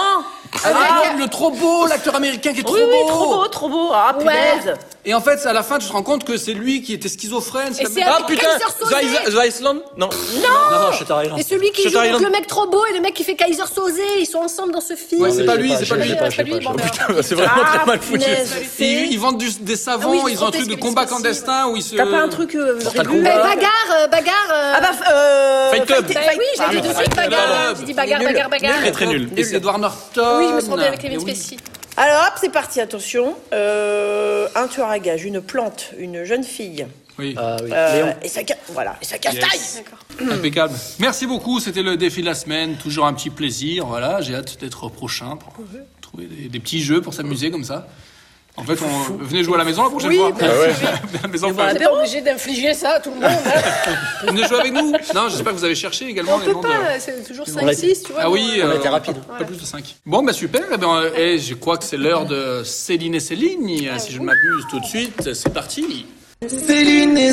S4: ah,
S3: Avec le trop beau, l'acteur américain qui est trop,
S4: Oui,
S3: beau.
S4: oui, trop beau, trop beau. Ah,
S12: Ouais.
S4: punaise.
S3: Et en fait, à la fin, tu te rends compte que c'est lui qui était schizophrène. c'est
S12: Et
S3: la
S12: c'est
S3: même-
S12: avec
S5: Ah putain
S12: Kaiser Soze.
S5: The Is- The Iceland Non.
S7: Non, non, je suis taré.
S12: Et celui qui
S5: Shutter
S12: joue avec
S5: Island.
S12: le mec trop beau et le mec qui fait Kaiser Sosé, ils sont ensemble dans ce film.
S3: Ouais, c'est pas lui, c'est pas lui.
S7: J'ai
S6: Ah,
S7: pas,
S6: c'est
S7: j'ai
S6: lui,
S7: pas, j'ai
S6: bon,
S7: pas.
S6: ben,
S5: C'est vraiment très mal fouillé.
S4: Ah, punaise.
S3: Ils, ils vendent du- des savons,
S12: Ah oui, ils
S3: ils ont un
S12: protestent
S3: truc de
S12: que les
S3: combat
S12: sorciers,
S3: clandestin où ils se.
S4: T'as pas un truc euh,
S7: Mortal
S4: rébut
S12: Mais
S3: Ah bah.
S6: Ah, bah,
S7: Kombat.
S12: bagarre, euh, bagarre. euh,
S4: Ah bah euh,
S5: Fight Club.
S12: bah oui, j'ai
S3: Ah,
S12: dit de suite
S3: bah,
S12: bagarre. hein. J'ai dit bagarre,
S4: Nul.
S12: bagarre, bagarre.
S5: Très très nul.
S3: Et c'est Edward Norton.
S6: Oui, je me suis rendue avec
S3: Et
S6: Kevin
S3: Eh oui.
S6: Spacey.
S4: Alors hop, c'est parti, attention. Euh, un tueur à gage, une plante, une jeune fille.
S3: Oui,
S7: Ah oui,
S4: Euh,
S7: Léon.
S4: et ça ca- voilà, et ça castaille.
S3: impeccable. Merci beaucoup, c'était le défi de la semaine. Toujours un petit plaisir. Voilà, j'ai hâte d'être au prochain pour trouver des, des petits jeux pour s'amuser comme ça. En fait, on... venez jouer à la maison la prochaine
S4: Oui,
S3: fois.
S4: bah
S3: la maison,
S4: va à
S3: faut-
S4: la
S12: T'es pas obligé d'infliger ça à tout le
S3: Ah,
S12: monde. hein.
S3: venez jouer avec nous. Non, j'espère que vous avez cherché également
S6: On
S3: les
S6: peut
S3: noms de-
S6: pas, c'est toujours
S7: l'a
S6: 5-6, tu vois.
S3: Ah
S6: non,
S3: oui,
S6: euh,
S3: euh,
S7: était rapide.
S3: Pas plus de 5. Bon, bah super. Eh ben, euh, eh, je crois que c'est l'heure de Céline et Céline,
S5: Ah
S3: euh, si je ne m'abuse tout de suite. C'est parti.
S8: Céline et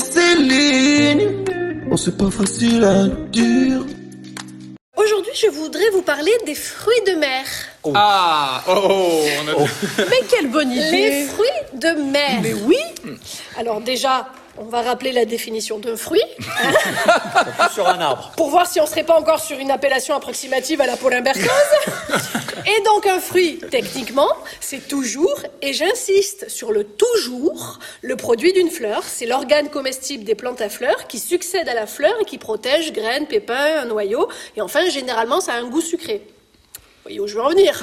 S8: Céline. On c'est pas facile à dire.
S3: euh.
S6: Aujourd'hui, je voudrais vous parler des fruits de mer.
S3: Ah, oh, on a
S12: Mais quelle bonne
S6: Les
S12: idée.
S6: fruits de mer. Mais oui Alors déjà, on va rappeler la définition d'un fruit,
S7: Sur un arbre.
S6: pour voir si on serait pas encore sur une appellation approximative à la polymbercose. et donc un fruit, techniquement, c'est toujours, et j'insiste sur le toujours, le produit d'une fleur. C'est l'organe comestible des plantes à fleurs qui succède à la fleur et qui protège graines, pépins, un noyau. Et enfin, généralement, ça a un goût sucré. Vous voyez où je veux en venir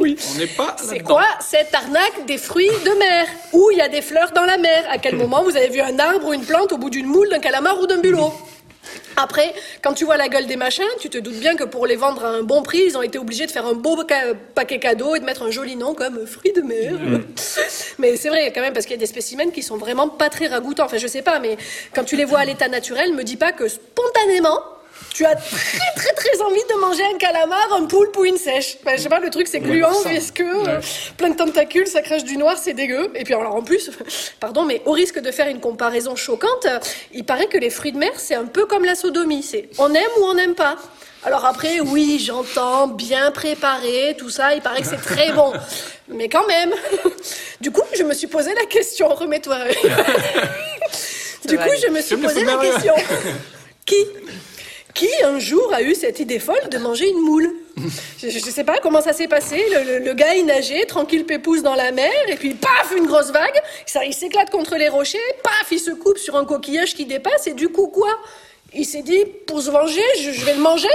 S3: on n'est pas.
S6: c'est
S3: là-dedans.
S6: quoi cette arnaque des fruits de mer Où il y a des fleurs dans la mer À quel moment vous avez vu un arbre ou une plante au bout d'une moule, d'un calamar ou d'un bulot après, quand tu vois la gueule des machins, tu te doutes bien que pour les vendre à un bon prix, ils ont été obligés de faire un beau ca- paquet cadeau et de mettre un joli nom comme fruits de mer. Mais c'est vrai quand même parce qu'il y a des spécimens qui sont vraiment pas très ragoûtants. Enfin, je sais pas, mais quand tu les vois à l'état naturel, me dis pas que spontanément tu as très très très envie de manger un calamar, un poulpe ou une sèche. Enfin, je sais pas, le truc c'est gluant, visqueux, euh, plein de tentacules, ça crache du noir, c'est dégueu. Et puis alors en plus, pardon, mais au risque de faire une comparaison choquante, euh, il paraît que les fruits de mer c'est un peu comme la sodomie, c'est on aime ou on n'aime pas. Alors après, oui, j'entends, bien préparé, tout ça, il paraît que c'est très bon. Mais quand même. Du coup, je me suis posé la question, remets-toi. du coup, je me suis
S3: J'aime les
S6: posé la
S3: fous de
S6: question. Qui qui un jour a eu cette idée folle de manger une moule Je ne sais pas comment ça s'est passé. Le, le- le gars, il nageait, tranquille pépouze dans la mer, et puis paf, une grosse vague. Ça, il s'éclate contre les rochers, paf, il se coupe sur un coquillage qui dépasse, et du coup, quoi Il s'est dit, pour se venger, je, je vais le manger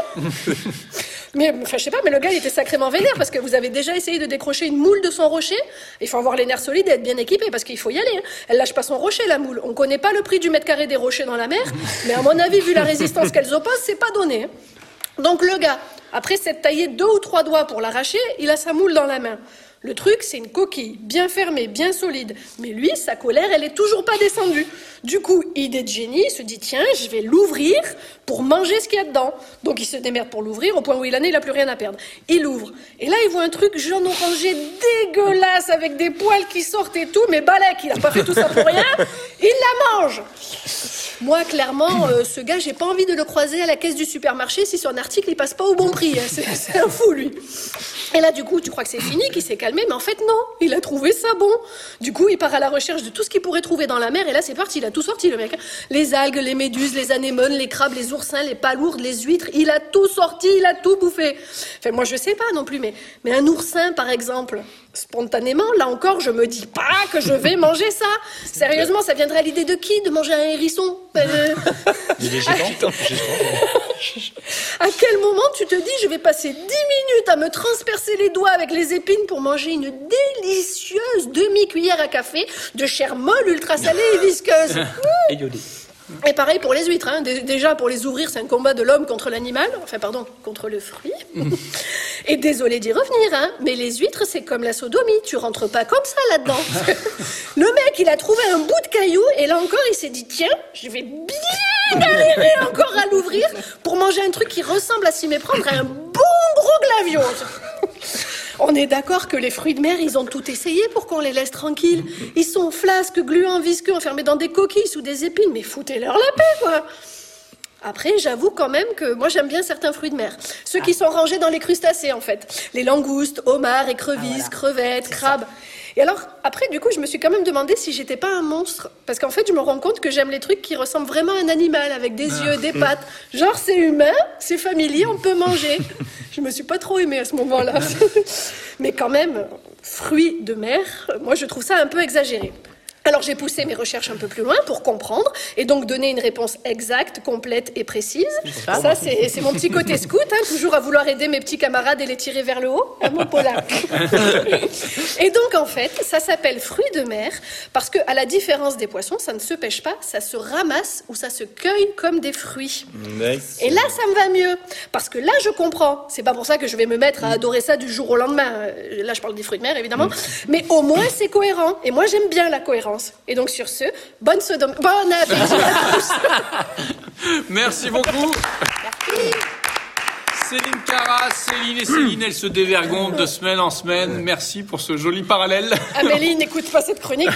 S6: Mais enfin, je sais pas, mais le gars, il était sacrément vénère, parce que vous avez déjà essayé de décrocher une moule de son rocher. Il faut avoir les nerfs solides et être bien équipé, parce qu'il faut y aller. hein. Elle lâche pas son rocher, la moule. On connaît pas le prix du mètre carré des rochers dans la mer, mais à mon avis, vu la résistance qu'elles opposent, c'est pas donné. hein. Donc le gars, après s'être taillé deux ou trois doigts pour l'arracher, il a sa moule dans la main. Le truc, c'est une coquille, bien fermée, bien solide. Mais lui, sa colère, elle est toujours pas descendue. Du coup, idée de génie, il se dit tiens, je vais l'ouvrir pour manger ce qu'il y a dedans. Donc il se démerde pour l'ouvrir, au point où il en est, il a plus rien à perdre. Il ouvre. Et là, il voit un truc jaune orangé dégueulasse avec des poils qui sortent et tout, mais balèque, il a pas fait tout ça pour rien. Il la mange. Moi, clairement, euh, ce gars, j'ai pas envie de le croiser à la caisse du supermarché si son article il passe pas au bon prix. hein. C'est c'est un fou, lui. Et là, du coup, tu crois que c'est fini, qu'il s'est calmé, mais en fait, non. Il a trouvé ça bon. Du coup, il part à la recherche de tout ce qu'il pourrait trouver dans la mer, et là, c'est parti. Il a tout sorti, le mec. hein. Les algues, les méduses, les anémones, les crabes, les oursins, les palourdes, les huîtres. Il a tout sorti, il a tout bouffé. Enfin, moi, je sais pas non plus, mais, mais un oursin, par exemple, spontanément, là encore, je me dis pas que je vais manger ça. Sérieusement, ça viendrait à l'idée de qui de manger un hérisson Ben, euh, à quel moment tu te dis je vais passer 10 minutes à me transpercer les doigts avec les épines pour manger une délicieuse demi-cuillère à café de chair molle ultra salée et visqueuse
S7: Et Yodé.
S6: Et pareil pour les huîtres. hein. Dé- Déjà, pour les ouvrir, c'est un combat de l'homme contre l'animal. Enfin, pardon, contre le fruit. Et désolé d'y revenir, hein, mais les huîtres, c'est comme la sodomie. Tu rentres pas comme ça là-dedans. le mec, il a trouvé un bout de caillou et là encore, il s'est dit tiens, je vais bien galérer encore à l'ouvrir pour manger un truc qui ressemble à s'y méprendre à un bon gros glavion. On est d'accord que les fruits de mer, ils ont tout essayé pour qu'on les laisse tranquilles. Ils sont flasques, gluants, visqueux, enfermés dans des coquilles sous des épines, mais foutez-leur la paix, quoi. Après, j'avoue quand même que moi j'aime bien certains fruits de mer. Ceux qui sont rangés dans les crustacés en fait. Les langoustes, homards, écrevisses, crevettes, crabes. Et alors, après, du coup, je me suis quand même demandé si j'étais pas un monstre. Parce qu'en fait, je me rends compte que j'aime les trucs qui ressemblent vraiment à un animal, avec des yeux, des pattes. Genre, c'est humain, c'est familier, on peut manger. je me suis pas trop aimée à ce moment-là. Mais quand même, fruits de mer, moi je trouve ça un peu exagéré. Alors j'ai poussé mes recherches un peu plus loin pour comprendre et donc donner une réponse exacte, complète et précise. Ça, c'est c'est mon petit côté scout, hein, toujours à vouloir aider mes petits camarades et les tirer vers le haut, à mon polar. et donc en fait, ça s'appelle fruits de mer parce que à la différence des poissons, ça ne se pêche pas, ça se ramasse ou ça se cueille comme des fruits.
S5: Nice.
S6: Et là, ça me va mieux. Parce que là, je comprends. C'est pas pour ça que je vais me mettre à adorer ça du jour au lendemain. Euh, Là, je parle des fruits de mer, évidemment. Mais au moins, c'est cohérent. Et moi, j'aime bien la cohérence. Et donc, sur ce, bonne sodome. Bonne appétit à tous.
S3: Merci beaucoup. Céline Cara, Céline et Céline, elles se dévergondent de semaine en semaine. Merci pour ce joli parallèle.
S6: Amélie, n'écoute pas cette chronique.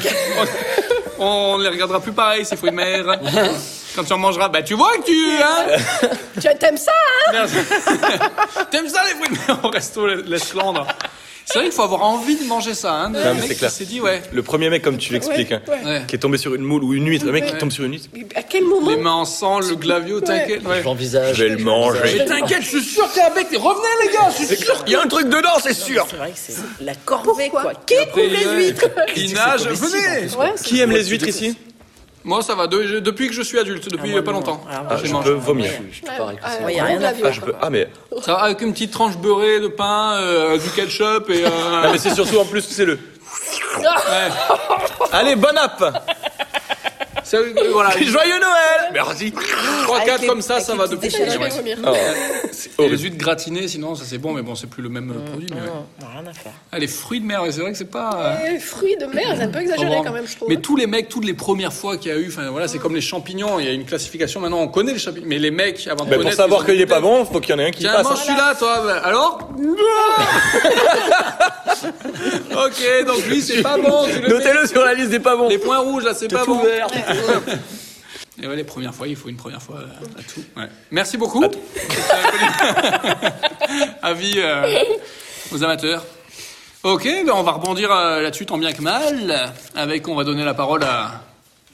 S3: On ne les regardera plus pareil, ces fruits de mer. Quand tu en mangeras, bah tu vois que tu... Hein
S6: tu aimes ça, hein
S3: Merci. T'aimes ça les fruits de mer au resto Lachland C'est vrai qu'il faut avoir envie de manger ça. Hein, de-
S5: mais
S3: le mec
S5: c'est
S3: qui
S5: clair.
S3: s'est dit, ouais.
S5: Le premier mec, comme tu l'expliques, hein,
S6: Ouais,
S3: ouais.
S5: qui est tombé sur une moule ou une huître, le mec qui tombe sur une huître,
S6: Mais À quel moment
S3: Les mains en sang, le glavio, t'inquiète. ouais.
S7: J'envisage.
S5: Ah, je vais le manger.
S3: Mais t'inquiète, je suis sûr qu'il y a un bec. Revenez les gars, je suis sûr.
S5: Il y a un truc dedans, c'est sûr
S4: C'est vrai que c'est la corvée,
S6: Pourquoi
S4: quoi. Qui ouvre
S3: qu'il y a-
S4: les huîtres
S3: Il nage, venez
S6: Ouais,
S5: Qui aime les huîtres ici
S3: Moi, ça va. de- depuis que je suis adulte, depuis
S4: moi,
S3: pas
S4: non.
S3: longtemps.
S4: Ah,
S5: Ah,
S3: je
S5: je
S3: mange.
S5: peux vomir.
S6: ouais,
S7: pareil que
S6: ouais,
S7: ça.
S6: ouais,
S4: y a
S6: gros
S4: rien à
S6: glavio,
S5: Ah, je peux...
S6: quoi.
S5: ah mais...
S3: Ça va avec une petite tranche beurrée de pain, euh, du ketchup et. euh,
S5: Ah, mais c'est surtout en plus, c'est le.
S3: ouais.
S5: Allez, bon app
S3: Ça, euh, voilà.
S5: Joyeux Noël Merci
S3: 3-4
S4: les-
S3: comme ça,
S4: avec
S3: ça
S4: les
S3: va
S4: petites
S3: depuis.
S6: Je vais
S4: échelles.
S3: Ouais.
S6: vomir.
S5: C'est
S3: Et les
S5: horrible. Ah,
S3: huîtres gratinées, sinon ça c'est bon, mais bon, c'est plus le même euh, produit. mais ouais.
S4: Non, rien à faire.
S3: Ah, les fruits de mer, ouais, c'est vrai que c'est pas. euh,
S6: Eh, Fruits de mer, c'est un peu exagéré
S3: vraiment.
S6: quand même, je trouve.
S3: Mais tous les mecs, toutes les premières fois qu'il y a eu, enfin voilà, c'est comme les champignons. Il y a une classification maintenant, on connaît les champignons. Mais les mecs, avant
S5: Mais
S3: de
S5: Ben, pour
S3: connaître,
S5: savoir
S3: ils ont
S5: qu'il n'est
S3: goûté.
S5: pas bon, faut qu'il y en ait un qui
S3: Tiens,
S5: passe.
S3: mange
S5: hein.
S3: celui-là, toi. bah, Alors Ok, donc lui, c'est pas bon. tu le mets.
S5: Notez-le sur la liste des pas bons.
S3: Les points rouges, là, c'est pas
S5: tout
S3: bon.
S5: vert.
S3: Et ouais, les premières fois, il faut une première fois euh, à, à tout. Ouais. Merci beaucoup. Avis euh, aux amateurs. Ok, ben on va rebondir euh, là-dessus tant bien que mal. Avec, on va donner la parole à,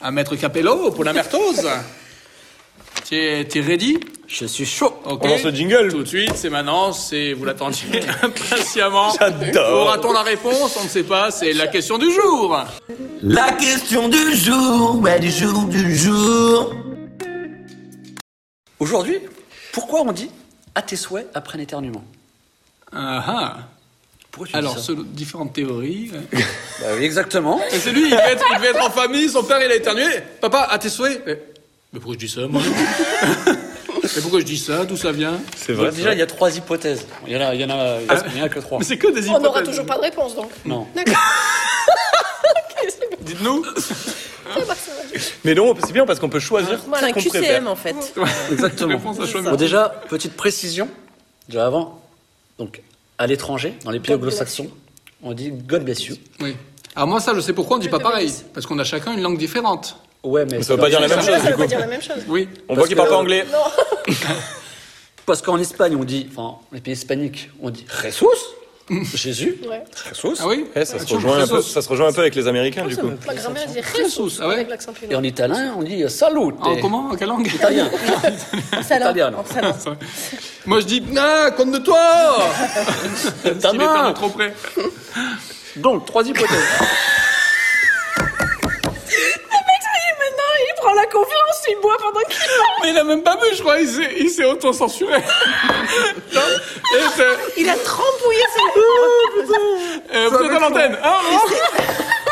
S3: à Maître Capello pour la mertose. T'es t'es ready
S7: Je suis chaud.
S3: Ok.
S5: On lance le jingle.
S3: Tout de suite, c'est maintenant, c'est vous l'attendiez impatiemment.
S5: J'adore.
S3: Aura-t-on la réponse On ne sait pas, c'est la question du jour.
S8: La question du jour, ouais, du jour, du jour.
S7: Aujourd'hui, pourquoi on dit à tes souhaits après un éternuement
S3: Ah ah.
S7: Pourquoi tu dis
S3: Alors,
S7: ça
S3: selon différentes théories.
S7: Bah oui, exactement.
S3: Et c'est lui, il devait, être, il devait être en famille, son père il a éternué. Papa, à tes souhaits Mais, mais pourquoi je dis ça, moi Mais pourquoi je dis ça D'où ça vient
S5: C'est
S7: Donc
S5: vrai. Ah.
S7: déjà, il y a trois hypothèses. Il y en a, il y en a, il y en a- il y en a que trois.
S3: Mais c'est que des
S6: On
S3: hypothèses.
S6: n'aura toujours pas de réponse donc.
S7: Non.
S3: Dites-nous.
S5: Mais non, c'est bien parce qu'on peut choisir
S4: C'est un
S5: ce qu'on préfère.
S4: QCM, en fait.
S7: Exactement.
S3: Réponse à chaud,
S7: Bon, déjà, petite précision. Déjà avant, donc à l'étranger, dans les pays anglo-saxons, on dit God bless you.
S3: Oui. Alors moi, ça, je sais pourquoi on ne dit pas pareil. Parce qu'on a chacun une langue différente.
S7: Ouais, mais
S5: Ça veut pas dire la même
S6: Ça
S5: chose
S6: veut
S5: du
S6: pas
S5: coup.
S6: dire la même chose.
S3: Oui.
S5: On voit qu'il
S7: Parce
S5: parle
S7: que-
S5: pas anglais.
S7: Parce qu'en Espagne, on dit, enfin, les pays hispaniques, on dit Jesus, Jésus,
S6: Ouais.
S5: Sous.
S3: Ah oui
S5: Eh, ça, se
S3: Sous,
S5: rejoint un peu,
S3: sous.
S5: ça se rejoint un peu avec les Américains du coup.
S6: Ma grand-mère disait
S3: Jesus,
S6: Jesus
S3: ah ouais.
S6: avec l'accent plus
S7: et en italien, on dit Salute.
S3: En Ah, comment En quelle langue
S7: Eh. Italien. Italien.
S3: Moi je dis, ah, compte de toi
S7: Ta
S3: Il est un
S7: main.
S3: trop près.
S7: Donc, trois hypothèses.
S6: Maintenant, il prend la confiance, il boit pendant qu'il parle.
S3: Mais il a même pas vu, je crois, il s'est- il s'est auto-censuré. Non Et c'est-
S4: Il a trempouillé son
S3: Euh, vous êtes à l'antenne. Ah, hein,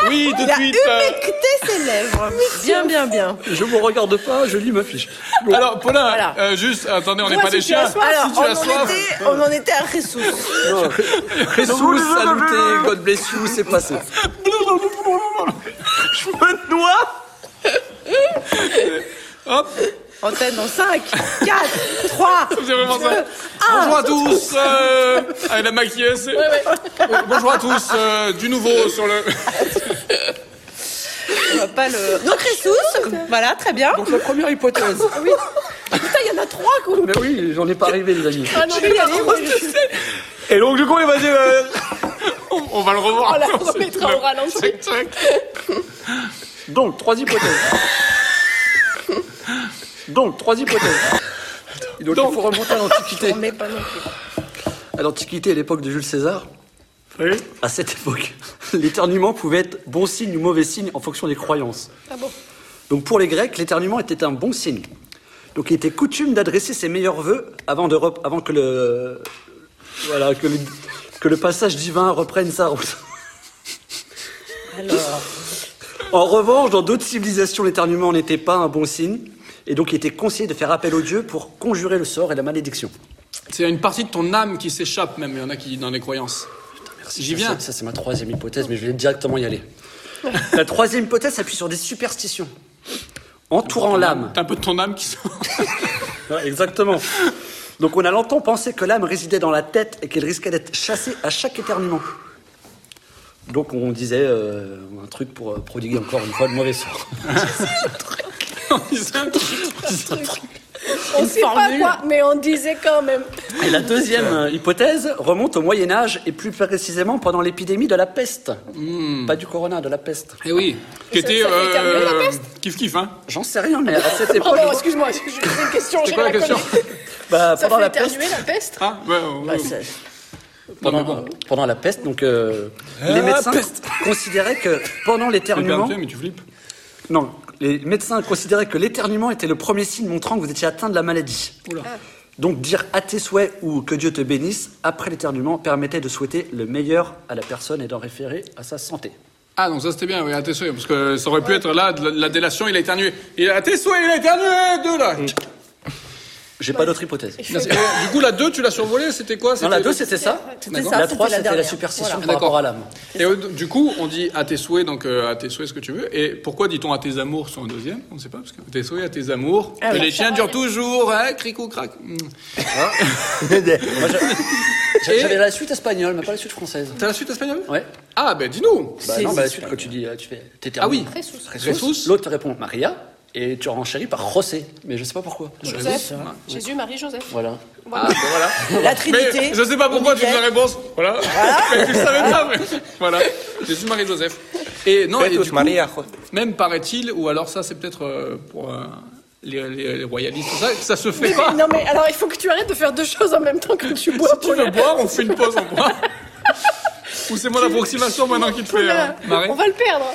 S3: Oui, tout de suite. euh,
S4: Humecter ses lèvres. Bien, bien, bien.
S7: Je ne vous regarde pas, je lis ma fiche. Bon.
S3: Alors, Paulin,
S4: Voilà.
S3: euh, juste, attendez, on n'est pas
S4: Toi,
S3: des
S4: si tu as
S3: chiens.
S4: soif,
S3: si tu as
S4: Alors, Ah, on en
S3: soif.
S4: était- on en était à ressources.
S7: Jesus, saluté, God bless you, c'est passé.
S4: Antenne en 5, 4, 3.
S3: C'est vraiment ça.
S4: Ah,
S3: Bonjour à tous. euh, ah, elle a maquillé. c'est- Bon- Bonjour à tous. euh, du nouveau sur le.
S4: Pas le... Donc, ressources. Voilà, très bien.
S7: Donc la première hypothèse.
S4: Putain, il y en a trois, quoi.
S7: Mais oui, j'en ai pas rêvé, les amis.
S4: Ah non, mais pardon, je-
S5: Et donc, du coup, il va dire. euh,
S3: On, on va le revoir.
S6: On la remettra au ralenti.
S3: Tac, tac.
S7: Donc, trois hypothèses. Donc, trois hypothèses. Et Donc, il faut remonter à l'Antiquité.
S4: on met pas non plus.
S7: À l'Antiquité, à l'époque de Jules César, à cette époque, l'éternuement pouvait être bon signe ou mauvais signe en fonction des croyances. Donc, pour les Grecs, l'éternuement était un bon signe. Donc, il était coutume d'adresser ses meilleurs vœux avant, de rep- avant que, le... Voilà, que, le... que le passage divin reprenne sa route.
S4: Alors,
S7: En revanche, dans d'autres civilisations, l'éternuement n'était pas un bon signe, et donc il était conseillé de faire appel aux dieux pour conjurer le sort et la malédiction.
S3: C'est une partie de ton âme qui s'échappe, même. Il y en a qui dans les croyances. J'y viens.
S7: Ça, ça, c'est ma troisième hypothèse, mais je vais directement y aller. la troisième hypothèse s'appuie sur des superstitions entourant l'âme.
S3: T'as un peu de ton âme qui sort.
S7: Ouais, Exactement. Donc on a longtemps pensé que l'âme résidait dans la tête et qu'elle risquait d'être chassée à chaque éternuement. Donc on disait euh, un truc pour euh, prodiguer encore une fois le mauvais sort.
S3: C'est un truc.
S6: On sait
S4: formule.
S6: pas quoi, mais on disait quand même.
S7: Et la deuxième euh, hypothèse remonte au Moyen Âge et plus précisément pendant l'épidémie de la peste. Pas du corona, de la peste.
S3: Eh oui. Qui
S6: ça
S3: était. euh,
S6: fait terminer la peste
S3: kiff kiff, hein.
S7: J'en sais rien, mais à cette époque,
S6: Pardon, Oh excuse-moi, je je posais une question.
S3: C'est
S6: je
S3: quoi la question
S6: connais.
S7: bah,
S6: Ça
S7: pendant
S6: fait
S7: la peste,
S6: éternuer la peste
S3: Ah, ouais, ouais, ouais.
S7: bah, c'est-
S3: mais
S7: pendant,
S3: bon.
S7: pendant la peste, donc euh, les médecins considéraient que pendant
S3: T'es bien
S7: l'éternuement,
S3: fait, mais tu flippes.
S7: non, les médecins considéraient que l'éternuement était le premier signe montrant que vous étiez atteint de la maladie. Ah. Donc dire à tes souhaits ou que Dieu te bénisse après l'éternuement permettait de souhaiter le meilleur à la personne et d'en référer à sa santé.
S3: Ah, donc ça c'était bien, oui, à tes souhaits, parce que ça aurait pu être là, de la, de la délation, il a éternué. Et à tes souhaits, il a éternué, deux là.
S7: Mm. J'ai pas d'autre hypothèse.
S3: Merci. Euh, du coup, la 2, tu l'as survolée, c'était quoi
S7: Non,
S3: C'était-
S7: la 2, c'était ça.
S4: C'était ça,
S7: La
S4: c'était
S7: 3,
S4: la
S7: c'était la
S4: dernière.
S7: superstition
S3: Voilà.
S7: par
S3: D'accord.
S7: rapport à l'âme.
S3: Et euh, du coup, on dit à tes souhaits, donc euh, à tes souhaits ce que tu veux. Et pourquoi dit-on à tes amours sur un deuxième On ne sait pas, parce que tes souhaits à tes amours,
S6: Ah
S3: que les tiens durent toujours, hein, cric ou crac. Mm.
S7: J'a- J'avais la suite espagnole, mais pas la suite française.
S3: T'as la suite espagnole
S7: Ouais.
S3: Ah, ben dis-nous
S7: Bah non, bah, la suite, quand tu dis, euh, tu fais
S3: Ah oui
S7: t'éternues.
S3: Ressus.
S7: L'autre te répond Maria, et tu renchéris par José. Mais je sais pas pourquoi.
S6: Joseph.
S3: hein.
S6: Jésus, Marie, Joseph.
S7: Voilà.
S3: Ah.
S4: la Trinité.
S3: Mais je sais pas pourquoi tu fais la réponse. Voilà. mais tu le savais pas. mais- Voilà. Jésus Marie Joseph. Et non, et du coup, même paraît-il, ou alors ça c'est peut-être euh, pour euh, les, les- les royalistes, tout ça, que ça se fait pas.
S6: Non, mais alors il faut que tu arrêtes de faire deux choses en même temps que tu bois.
S3: Si tu veux boire, on fait une pause, on boit. Ou c'est mon approximation maintenant qui te fait euh, marrer
S6: On va le perdre.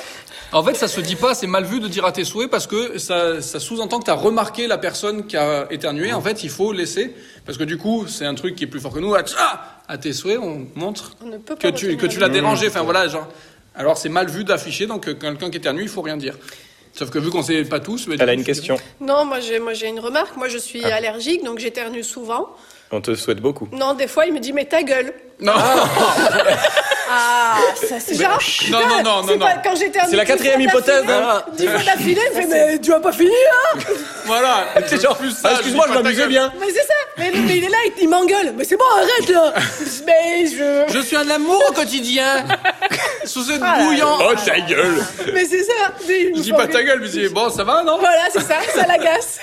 S3: En fait, ça se dit pas, c'est mal vu de dire à tes souhaits parce que ça, ça sous-entend que tu as remarqué la personne qui a éternué. En fait, il faut laisser parce que du coup, c'est un truc qui est plus fort que nous. Ah, tcha À tes souhaits, on montre
S6: ne peut
S3: que
S6: pas
S3: tu,
S6: retenir
S3: que
S6: la
S3: tu l'as dérangé. Enfin voilà, genre. Alors c'est mal vu d'afficher, donc euh, quelqu'un qui éternue, il faut rien dire. Sauf que vu qu'on sait pas tous, bah, du
S5: Elle a
S3: coup,
S5: une
S3: je dis-
S5: question.
S6: Non, moi j'ai, moi j'ai une remarque. Moi je suis
S3: Ah.
S6: allergique, donc j'éternue souvent.
S5: On te souhaite beaucoup.
S6: Non, des fois il me dit mais ta gueule.
S3: Non,
S4: Ah, ça, c'est
S6: Genre,
S3: non,
S6: putain,
S3: non, non,
S6: c'est
S3: non,
S6: pas-
S3: non.
S6: Quand j'éternue.
S5: C'est la
S6: dix fois
S5: quatrième
S6: d'affilée-
S5: hypothèse, hein.
S6: Dix fois d'affilée, il me fait mais tu vas pas finir.
S3: voilà. C'est genre plus ça.
S5: Ah, excuse-moi, je m'amusais bien.
S6: Mais c'est ça. Mais, mais il est là, il, il m'engueule. Mais c'est bon, arrête là. Mais je.
S3: Je suis un amour au quotidien. Sous
S6: Ah
S3: cette bouillant.
S5: Oh, ta gueule
S6: Mais c'est ça.
S3: Je dis pas ta gueule, mais je dis bon, ça va, non
S6: Voilà, c'est ça, ça l'agace.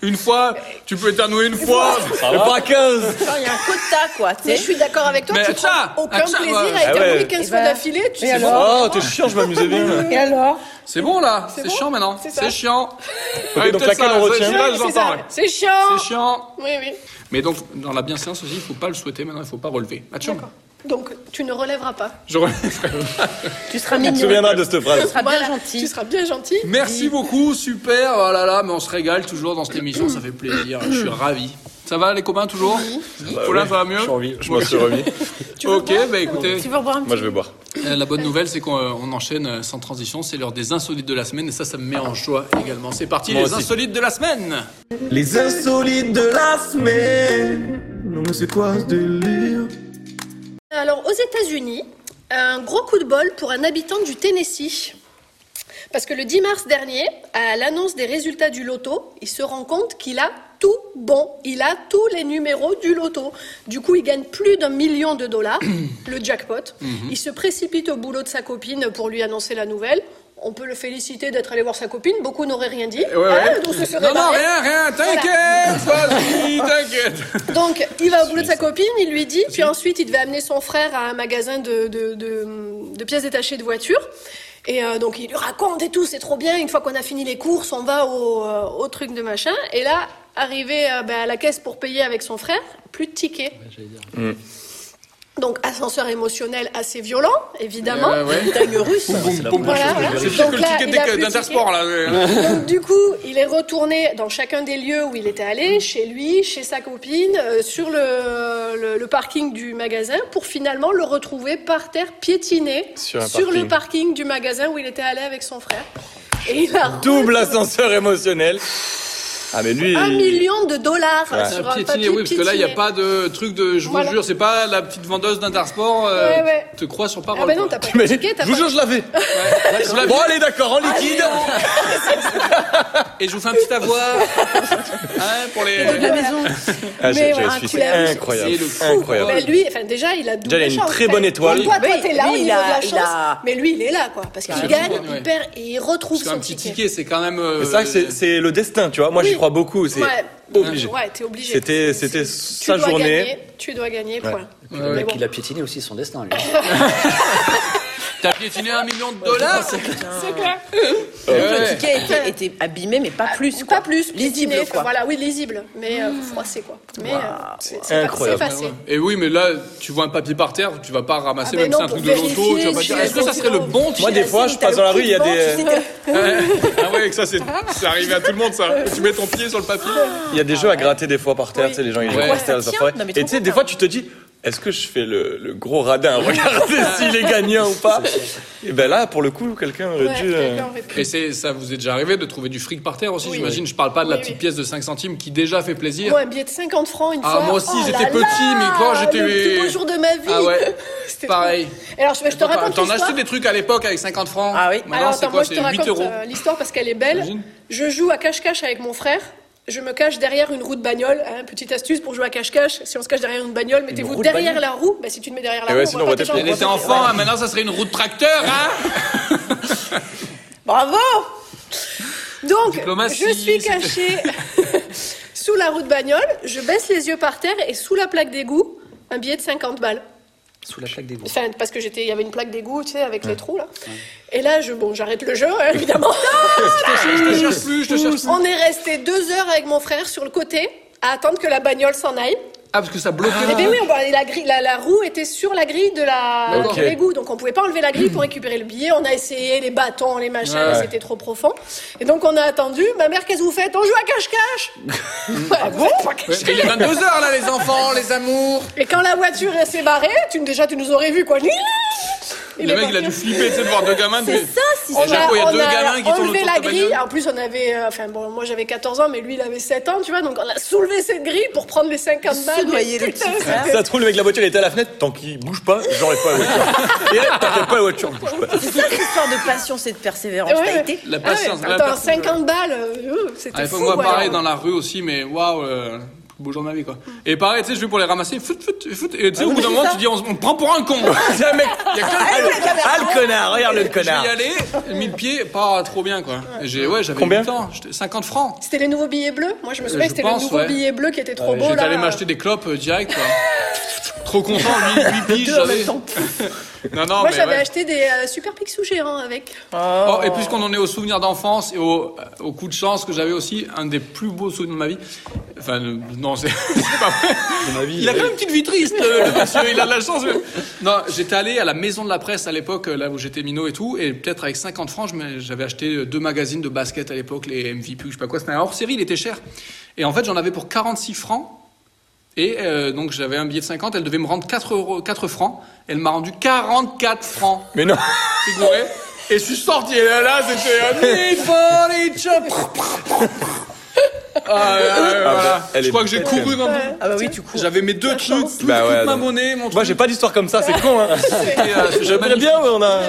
S3: Une fois, tu peux éternuer une fois.
S5: Mais pas 15
S4: genre, il y a un quota, quoi. tu sais.
S6: Mais je suis d'accord avec toi,
S3: Mais
S6: tu
S3: ça,
S6: prends aucun
S3: ah, ça,
S6: plaisir
S3: ouais.
S6: à
S5: Ah
S6: éternuer
S5: ouais.
S6: 15
S4: Et
S6: fois
S4: bah,
S6: d'affilée. Tu
S4: et
S6: sais
S4: alors
S6: pas.
S5: Oh, t'es chiant, je m'amusais bien.
S4: Et alors
S3: C'est bon là, c'est
S6: bon
S3: chiant maintenant.
S6: C'est ça.
S3: C'est chiant. Ah,
S5: donc
S3: peut-être
S5: laquelle
S3: ça,
S5: on
S3: ça,
S5: retient
S3: celui-là, je
S6: C'est
S3: l'entends,
S6: ça,
S3: ouais.
S6: c'est chiant.
S3: C'est chiant.
S6: Oui, oui.
S3: Mais donc, dans la bienséance aussi, il faut pas le souhaiter maintenant, il faut pas relever. Mathieu,
S6: Donc, tu ne relèveras pas.
S3: je relèverai.
S4: Tu seras
S5: Tu te
S4: mignon.
S5: souviendras de cette phrase.
S4: Tu seras Ah, bien
S6: Voilà, Tu
S4: gentil.
S6: seras bien gentil.
S3: Merci beaucoup, super. Oh là là, mais on se régale toujours dans cette émission, ça fait plaisir. Je suis ravi. Ça va les copains toujours Paulin, ça va mieux
S5: Je m'en suis remis.
S3: Ok, bah écoutez,
S4: Tu veux boire un petit
S5: Moi, je vais boire.
S3: Euh, La bonne nouvelle, c'est qu'on euh, on enchaîne euh, sans transition. C'est l'heure des insolites de la semaine et ça, ça me met en joie également. C'est parti,
S9: Moi
S3: les
S9: aussi.
S3: insolites de la semaine
S13: Les insolites de la semaine. Non, mais c'est quoi ce délire?
S6: Alors, aux États-Unis, un gros coup de bol pour un habitant du Tennessee. Parce que le 10 mars dernier, à l'annonce des résultats du loto, il se rend compte qu'il a tout bon. Il a tous les numéros du loto. Du coup, il gagne plus d'un million de dollars, le jackpot.
S3: Mhm.
S6: Il se précipite au boulot de sa copine pour lui annoncer la nouvelle. On peut le féliciter d'être allé voir sa copine. Beaucoup n'auraient rien dit.
S3: ouais.
S6: hein, donc, ce serait
S3: Non, non,
S6: barré.
S3: rien, rien, t'inquiète, vas-y, t'inquiète
S6: Donc, il va au boulot de sa copine, il lui dit, puis ensuite, il devait amener son frère à un magasin de, de, de- de pièces détachées de voitures. Et euh, donc, il lui raconte et tout, c'est trop bien. Une fois qu'on a fini les courses, on va au, euh, au truc de machin. Et là, arrivé euh, bah, à la caisse pour payer avec son frère, plus de tickets. Donc, ascenseur émotionnel assez violent, évidemment.
S3: Euh, ouais.
S4: Dingue russe.
S6: Voilà.
S3: C'est pire
S6: Donc
S3: que
S6: là,
S3: le
S6: il a plus
S3: ticket
S6: de
S3: d'Intersport, là. euh.
S6: Donc, du coup, il est retourné dans chacun des lieux où il était allé, chez lui, chez sa copine, euh, sur le, le- le parking du magasin, pour finalement le retrouver par terre, piétiné,
S9: Sur un
S6: le parking du magasin où il était allé avec son frère. Et il a
S9: Double ascenseur émotionnel. Ah, mais lui.
S6: un
S9: il-
S6: million de dollars
S9: Ouais.
S6: sur un
S3: Piétiner,
S6: papier
S3: oui, parce que là, il n'y a
S6: piétiné.
S3: pas de truc de. Je vous
S6: Voilà.
S3: jure, c'est pas la petite vendeuse d'Intersport. euh,
S6: Ouais, ouais.
S3: Te crois sur parole.
S6: Ah bah non,
S3: quoi.
S6: t'as pas de ticket, t'as
S9: Je vous
S6: pas...
S9: jure, je l'avais.
S3: Je l'avais-
S9: Bon, allez, d'accord, en liquide.
S3: Et je vous fais un petit avoir. hein, pour les.
S6: la maison.
S9: Ah,
S6: Mais
S9: j'ai- j'ai
S6: voilà,
S9: suivi.
S6: tu l'as vu,
S9: incroyable.
S3: c'est le fou,
S9: incroyable.
S6: Bah, lui, enfin déjà, il a double
S9: Déjà, il a une
S6: chance.
S9: très bonne
S6: Enfin,
S9: étoile.
S6: Toi, toi,
S4: Oui,
S6: t'es là au
S4: lui, il
S6: niveau
S4: a-
S6: de la
S4: il
S6: chance,
S4: a-
S6: mais lui, il est là, quoi, parce qu'il
S3: Carrément,
S6: gagne,
S3: ouais.
S6: il perd et il retrouve
S3: Parce qu'un
S6: son
S3: petit
S6: ticket.
S3: ticket, c'est quand même. euh,
S9: C'est ça que c'est- c'est le destin, tu vois. Moi, j'y
S6: Oui.
S9: crois beaucoup. C'est
S6: Ouais.
S9: obligé.
S6: Ouais, t'es obligé.
S9: C'était-
S6: C'est-
S9: c'était
S6: c'est-
S9: sa
S6: tu dois
S9: journée.
S6: gagner, tu dois gagner, point.
S7: Le
S6: Mais
S7: mec,
S6: bon.
S7: il a piétiné aussi son destin, lui.
S3: T'as piétiné un million de dollars
S4: Le
S3: Ouais.
S4: ticket était, était abîmé, mais pas plus. quoi.
S6: Ou Ah, Pas plus,
S4: Lisible,
S6: lisible,
S4: quoi.
S6: Voilà, oui, lisible, mais
S3: Mmh.
S6: euh, froissé, quoi. Mais euh, c'est- c'est
S9: incroyable.
S6: pas- c'est passé.
S3: Et oui, mais là, tu vois un papier par terre, tu vas pas ramasser,
S6: Ah ben
S3: même si
S6: non,
S3: c'est un truc
S6: pour
S3: de loto, tu vas pas
S6: vérifier,
S3: dire, est-ce que ça
S6: si
S3: serait le bon ticket
S9: Moi, des fois, je passe dans la rue, il y a des,
S3: Ah ouais, que ça, c'est c'est arrivé à tout le monde, ça. Tu mets ton pied sur le papier.
S9: il y a des jeux à gratter des fois par terre. Tu sais, les gens, ils
S3: Ouais.
S9: les restent à la
S4: Tiens,
S9: forêt.
S4: non, mais
S9: Et tu sais,
S4: trop
S9: des
S4: content.
S9: fois, tu te dis, est-ce que je fais le, le gros radin Regardez s'il est gagnant ou pas. Et ben là, pour le coup, quelqu'un aurait
S6: Ouais,
S9: dû. euh,
S6: quelqu'un aurait pu.
S3: Et c'est- ça vous est déjà arrivé de trouver du fric par terre aussi,
S6: Oui.
S3: j'imagine. Je parle pas de la
S6: Oui,
S3: petite
S6: oui.
S3: pièce de 5 centimes qui déjà fait plaisir.
S6: Moi, un billet de 50 francs une
S3: Ah,
S6: fois.
S3: moi aussi,
S6: Oh
S3: j'étais
S6: là
S3: petit,
S6: là,
S3: mais quand j'étais-
S6: Le plus beau jour de ma vie.
S3: Ah ouais.
S6: C'était trop
S3: Pareil.
S6: bien. Alors, je, je te raconte
S3: T'en
S6: l'histoire.
S3: achetais des trucs à l'époque avec 50 francs.
S4: Ah oui.
S3: Maintenant,
S6: Alors,
S3: c'est
S6: attends,
S3: quoi
S6: moi, je te
S3: C'est 8
S6: raconte
S3: euros.
S6: euh, l'histoire parce qu'elle est belle.
S3: T'imagines
S6: Je joue à cache-cache avec mon frère. Je me cache derrière une roue de bagnole. hein, petite astuce pour jouer à cache-cache. Si on se cache derrière une bagnole, mettez-vous
S9: roue de
S6: derrière la roue. Bah, si tu te mets derrière la
S9: Et
S6: roue,
S9: Eh ouais, sinon, on
S6: voit
S9: voit
S6: pas tes
S9: tes pieds.
S6: jambes.
S3: On était enfant, hein, maintenant, ça serait une roue de tracteur, hein
S4: Bravo
S6: Donc,
S3: Diplomatie,
S6: je suis
S3: c'était-
S6: cachée sous la roue de bagnole, je baisse les yeux par terre et sous la plaque d'égout, un billet de 50 balles.
S7: Sous la plaque des bourses.
S6: Enfin, parce que j'étais, il y avait une plaque d'égout, tu sais, avec les trous là. Et là, je, bon, j'arrête le jeu, hein, évidemment.
S3: Je te cherche plus, je te cherche plus.
S6: On est resté deux heures avec mon frère sur le côté à attendre que la bagnole s'en aille.
S3: Ah, parce que ça bloquait.
S6: Eh bien oui, on- la, grille- la- la roue était sur la grille de la
S3: D'accord.
S6: de l'égout, donc on pouvait pas enlever la grille pour récupérer le billet. On a essayé les bâtons, les machins,
S3: Ouais.
S6: mais c'était trop profond. Et donc on a attendu. Ma mère, qu'est-ce que vous faites On joue à cache-cache. ah bon
S3: Ouais, mais Il est 22 h là, les enfants, les amours.
S6: Et quand la voiture elle, s'est barrée, tu, déjà tu nous aurais vu quoi.
S3: le mec, il a dû flipper tu sais, de voir deux gamins.
S4: C'est
S3: de-
S4: ça, si
S6: On a,
S3: Déjà, quand il y a
S6: on
S3: deux
S6: a
S3: gamins qui tournent
S6: enlevé
S3: autour de
S6: la
S3: ta bagnole.
S6: grille. En plus, on avait, euh, enfin bon, moi j'avais 14 ans, mais lui il avait 7 ans, tu vois. Donc on a soulevé cette grille pour prendre les 50 balles.
S4: noyer,
S6: mais
S4: le
S6: putain,
S4: petit frère.
S6: c'était-
S9: Ça se trouve, le mec de la voiture il était à la fenêtre. Tant qu'il bouge pas, j'enlève pas la voiture. Et là, t'inquiète pas, la voiture bouge pas.
S4: C'est ça, cette histoire de patience et de persévérance.
S6: Ouais,
S4: T'as
S6: ouais.
S4: été
S3: La
S6: Ah ouais,
S3: patience, la
S6: attends,
S3: patience.
S6: 50 balles, euh,
S3: Ah,
S6: c'était
S3: il faut
S6: fou.
S3: que moi,
S6: ouais.
S3: pareil, dans la rue aussi, mais waouh, euh, plus beau jour de ma vie, quoi. Et pareil, tu sais, je vais pour les ramasser, fout, fout, fout, et tu sais, au bout d'un moment, tu dis, on, se- on te prend pour un con.
S9: C'est un mec.
S3: Il y a quelqu'un
S9: Ah, le connard, regarde le
S3: je vais
S9: connard.
S3: y aller, 1000 pieds, pas trop bien, quoi. Et J'ai, ouais, j'avais
S9: Combien
S3: 8 ans, j'étais- 50 francs.
S6: C'était les nouveaux billets bleus. Moi je me
S3: Euh,
S6: souviens,
S3: je
S6: que c'était les
S3: pense,
S6: nouveaux
S3: ouais.
S6: billets bleus qui étaient trop beaux
S3: J'étais
S6: là.
S3: allé m'acheter des clopes euh, direct, quoi. Trop content, 8 piges,
S4: deux en
S3: j'avais.
S4: même temps.
S3: Non, non,
S6: Moi
S3: mais
S6: j'avais
S3: ouais.
S6: acheté des euh, super pixou géants avec.
S3: Oh, et puisqu'on en est aux souvenirs d'enfance et au, au coup de chance que j'avais aussi, un des plus beaux souvenirs de ma vie. Enfin, euh, non, c'est c'est pas vrai. il a quand même une petite vie triste, euh, le monsieur, il a de la chance. mais- Non, j'étais allé à la maison de la presse à l'époque, euh, là où j'étais minot et tout, et peut-être avec 50 francs, je m'ai- j'avais acheté euh, deux magazines de basket à l'époque, les MVP ou je sais pas quoi. C'était un hors série, il était cher. Et en fait, j'en avais pour 46 francs. Et euh, donc j'avais un billet de 50, elle devait me rendre 4, euros, 4 francs. Elle m'a rendu 44 francs.
S9: Mais non
S3: figurez. Et je suis sorti, et là, là c'était un mille fois les chops. Ah, ouais, ouais, ouais,
S9: bah,
S3: voilà.
S9: elle
S3: je
S9: est
S3: crois que j'ai
S9: belle,
S3: couru
S9: quand
S3: dans le-
S4: Ah bah oui, tu cours.
S3: J'avais mes deux trucs, tout-
S9: Bah ouais,
S3: toute ma
S9: non.
S3: monnaie, mon
S9: Moi,
S3: truc.
S9: j'ai pas d'histoire comme ça, c'est con, hein.
S3: et, euh, c'est jamais-
S9: J'aimerais bien, mais on a.